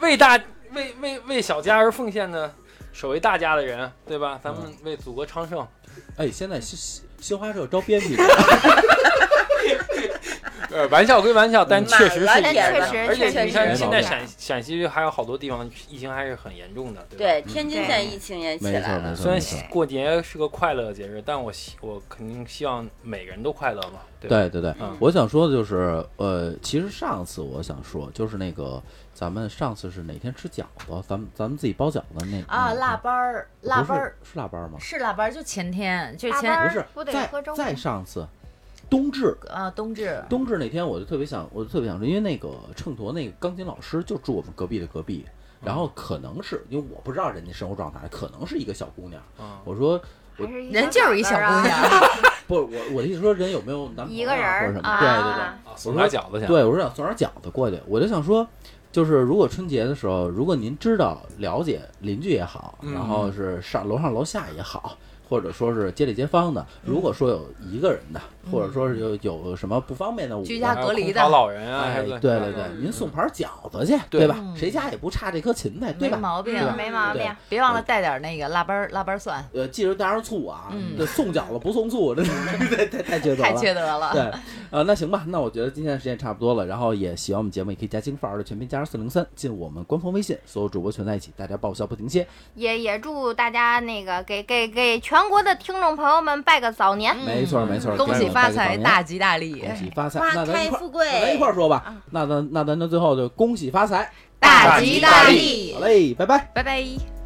[SPEAKER 2] 为大 为为为小家而奉献的守卫大家的人，对吧？咱们为祖国昌盛。
[SPEAKER 3] 哎，现在新新新华社招编辑，
[SPEAKER 2] 呃，玩笑归玩笑，但确实是
[SPEAKER 6] 满了
[SPEAKER 2] 这样
[SPEAKER 6] 点
[SPEAKER 2] 的
[SPEAKER 6] 儿
[SPEAKER 2] 而且
[SPEAKER 6] 确
[SPEAKER 2] 你
[SPEAKER 6] 实
[SPEAKER 2] 看，
[SPEAKER 3] 是
[SPEAKER 2] 现
[SPEAKER 3] 这
[SPEAKER 2] 在
[SPEAKER 3] 样
[SPEAKER 2] 陕陕西还有好多地方疫情还是很严重的，对吧？
[SPEAKER 6] 对，天津现在疫情也起
[SPEAKER 3] 没
[SPEAKER 6] 来
[SPEAKER 3] 错没
[SPEAKER 6] 了，
[SPEAKER 3] 错
[SPEAKER 2] 虽
[SPEAKER 3] 没
[SPEAKER 2] 然
[SPEAKER 3] 错。
[SPEAKER 2] 过节是个快乐的节日，但我希我肯定希望每个人都快乐嘛，对吧？
[SPEAKER 3] 对对对
[SPEAKER 2] 嗯，
[SPEAKER 3] 我想说的就是，呃，其实上次我想说，就是那个咱们上次是哪天吃饺子，咱们咱们自己包饺子那
[SPEAKER 1] 啊，
[SPEAKER 3] 那
[SPEAKER 1] 腊八儿，腊八儿
[SPEAKER 3] 嗯不是是腊八儿吗？
[SPEAKER 1] 是腊八儿，就前天，就
[SPEAKER 4] 腊八
[SPEAKER 1] 前
[SPEAKER 4] 儿
[SPEAKER 3] 不是，
[SPEAKER 4] 不得
[SPEAKER 3] 再
[SPEAKER 4] 喝粥吗
[SPEAKER 3] 再上次，冬至
[SPEAKER 1] 啊冬至，
[SPEAKER 3] 冬至那天，我就特别想，我就特别想说，因为那个秤砣那个钢琴老师就住我们隔壁的隔壁，然后可能是因为我不知道人家生活状态，可能是一个小姑娘。
[SPEAKER 2] 嗯，
[SPEAKER 3] 我说
[SPEAKER 4] 还是一
[SPEAKER 1] 人就是一小
[SPEAKER 4] 小
[SPEAKER 1] 姑
[SPEAKER 4] 子儿啊。
[SPEAKER 1] 娘，
[SPEAKER 3] 不是我，我的意思说人有没有男朋
[SPEAKER 4] 一
[SPEAKER 3] 友
[SPEAKER 4] 个人
[SPEAKER 3] 啊或者
[SPEAKER 4] 儿
[SPEAKER 3] 什么？对对对。
[SPEAKER 4] 啊，
[SPEAKER 2] 啊送点饺子去。
[SPEAKER 3] 对，我是想送点饺子过去。我就想说，就是如果春节的时候，如果您知道了解邻居也好，然后是上楼上楼下也好，或者说是街里街坊的，如果说有一个人的，或者说是有有什么不方便的，我
[SPEAKER 1] 居家
[SPEAKER 2] 还有
[SPEAKER 1] 隔离
[SPEAKER 2] 空
[SPEAKER 1] 的
[SPEAKER 2] 巢老人啊，
[SPEAKER 3] 哎，
[SPEAKER 2] 还
[SPEAKER 3] 对
[SPEAKER 2] 有
[SPEAKER 3] 对对，您送盘饺子去，对
[SPEAKER 2] 对
[SPEAKER 3] 吧？谁家也不差这颗芹菜，
[SPEAKER 1] 嗯没
[SPEAKER 3] 对吧？
[SPEAKER 1] 毛病啊
[SPEAKER 3] 对，吧
[SPEAKER 4] 没毛病。
[SPEAKER 1] 别忘了带点那个腊八儿腊八儿蒜，
[SPEAKER 3] 呃，记着带上醋啊，
[SPEAKER 1] 嗯
[SPEAKER 3] 对，送饺子不送醋，真的 太太太缺德
[SPEAKER 1] 太
[SPEAKER 3] 了。
[SPEAKER 1] 缺德了。
[SPEAKER 3] 对，呃，那行吧，那我觉得今天的时间差不多了，然后也喜欢我们节目，也可以加京范儿的全拼加上四零三，进我们官方微信，所有主播全在一起，大家爆笑不停歇。
[SPEAKER 4] 也也祝大家那个给给给全国的听众朋友们拜个早年。
[SPEAKER 3] 没错儿没错儿，
[SPEAKER 1] 嗯恭
[SPEAKER 3] 给
[SPEAKER 1] 喜
[SPEAKER 3] 我们
[SPEAKER 1] 发
[SPEAKER 3] 拜个
[SPEAKER 1] 财，
[SPEAKER 3] 早年
[SPEAKER 1] 大吉大利，
[SPEAKER 3] 恭喜发财，
[SPEAKER 6] 花
[SPEAKER 3] 那咱
[SPEAKER 6] 开
[SPEAKER 3] 一块儿
[SPEAKER 6] 富贵
[SPEAKER 3] 那咱一块儿说
[SPEAKER 1] 啊
[SPEAKER 3] 吧，那咱那咱就最后就恭喜发财，
[SPEAKER 4] 大
[SPEAKER 2] 吉大
[SPEAKER 4] 利
[SPEAKER 3] 好嘞，拜拜。拜
[SPEAKER 4] 拜拜。
[SPEAKER 3] 拜。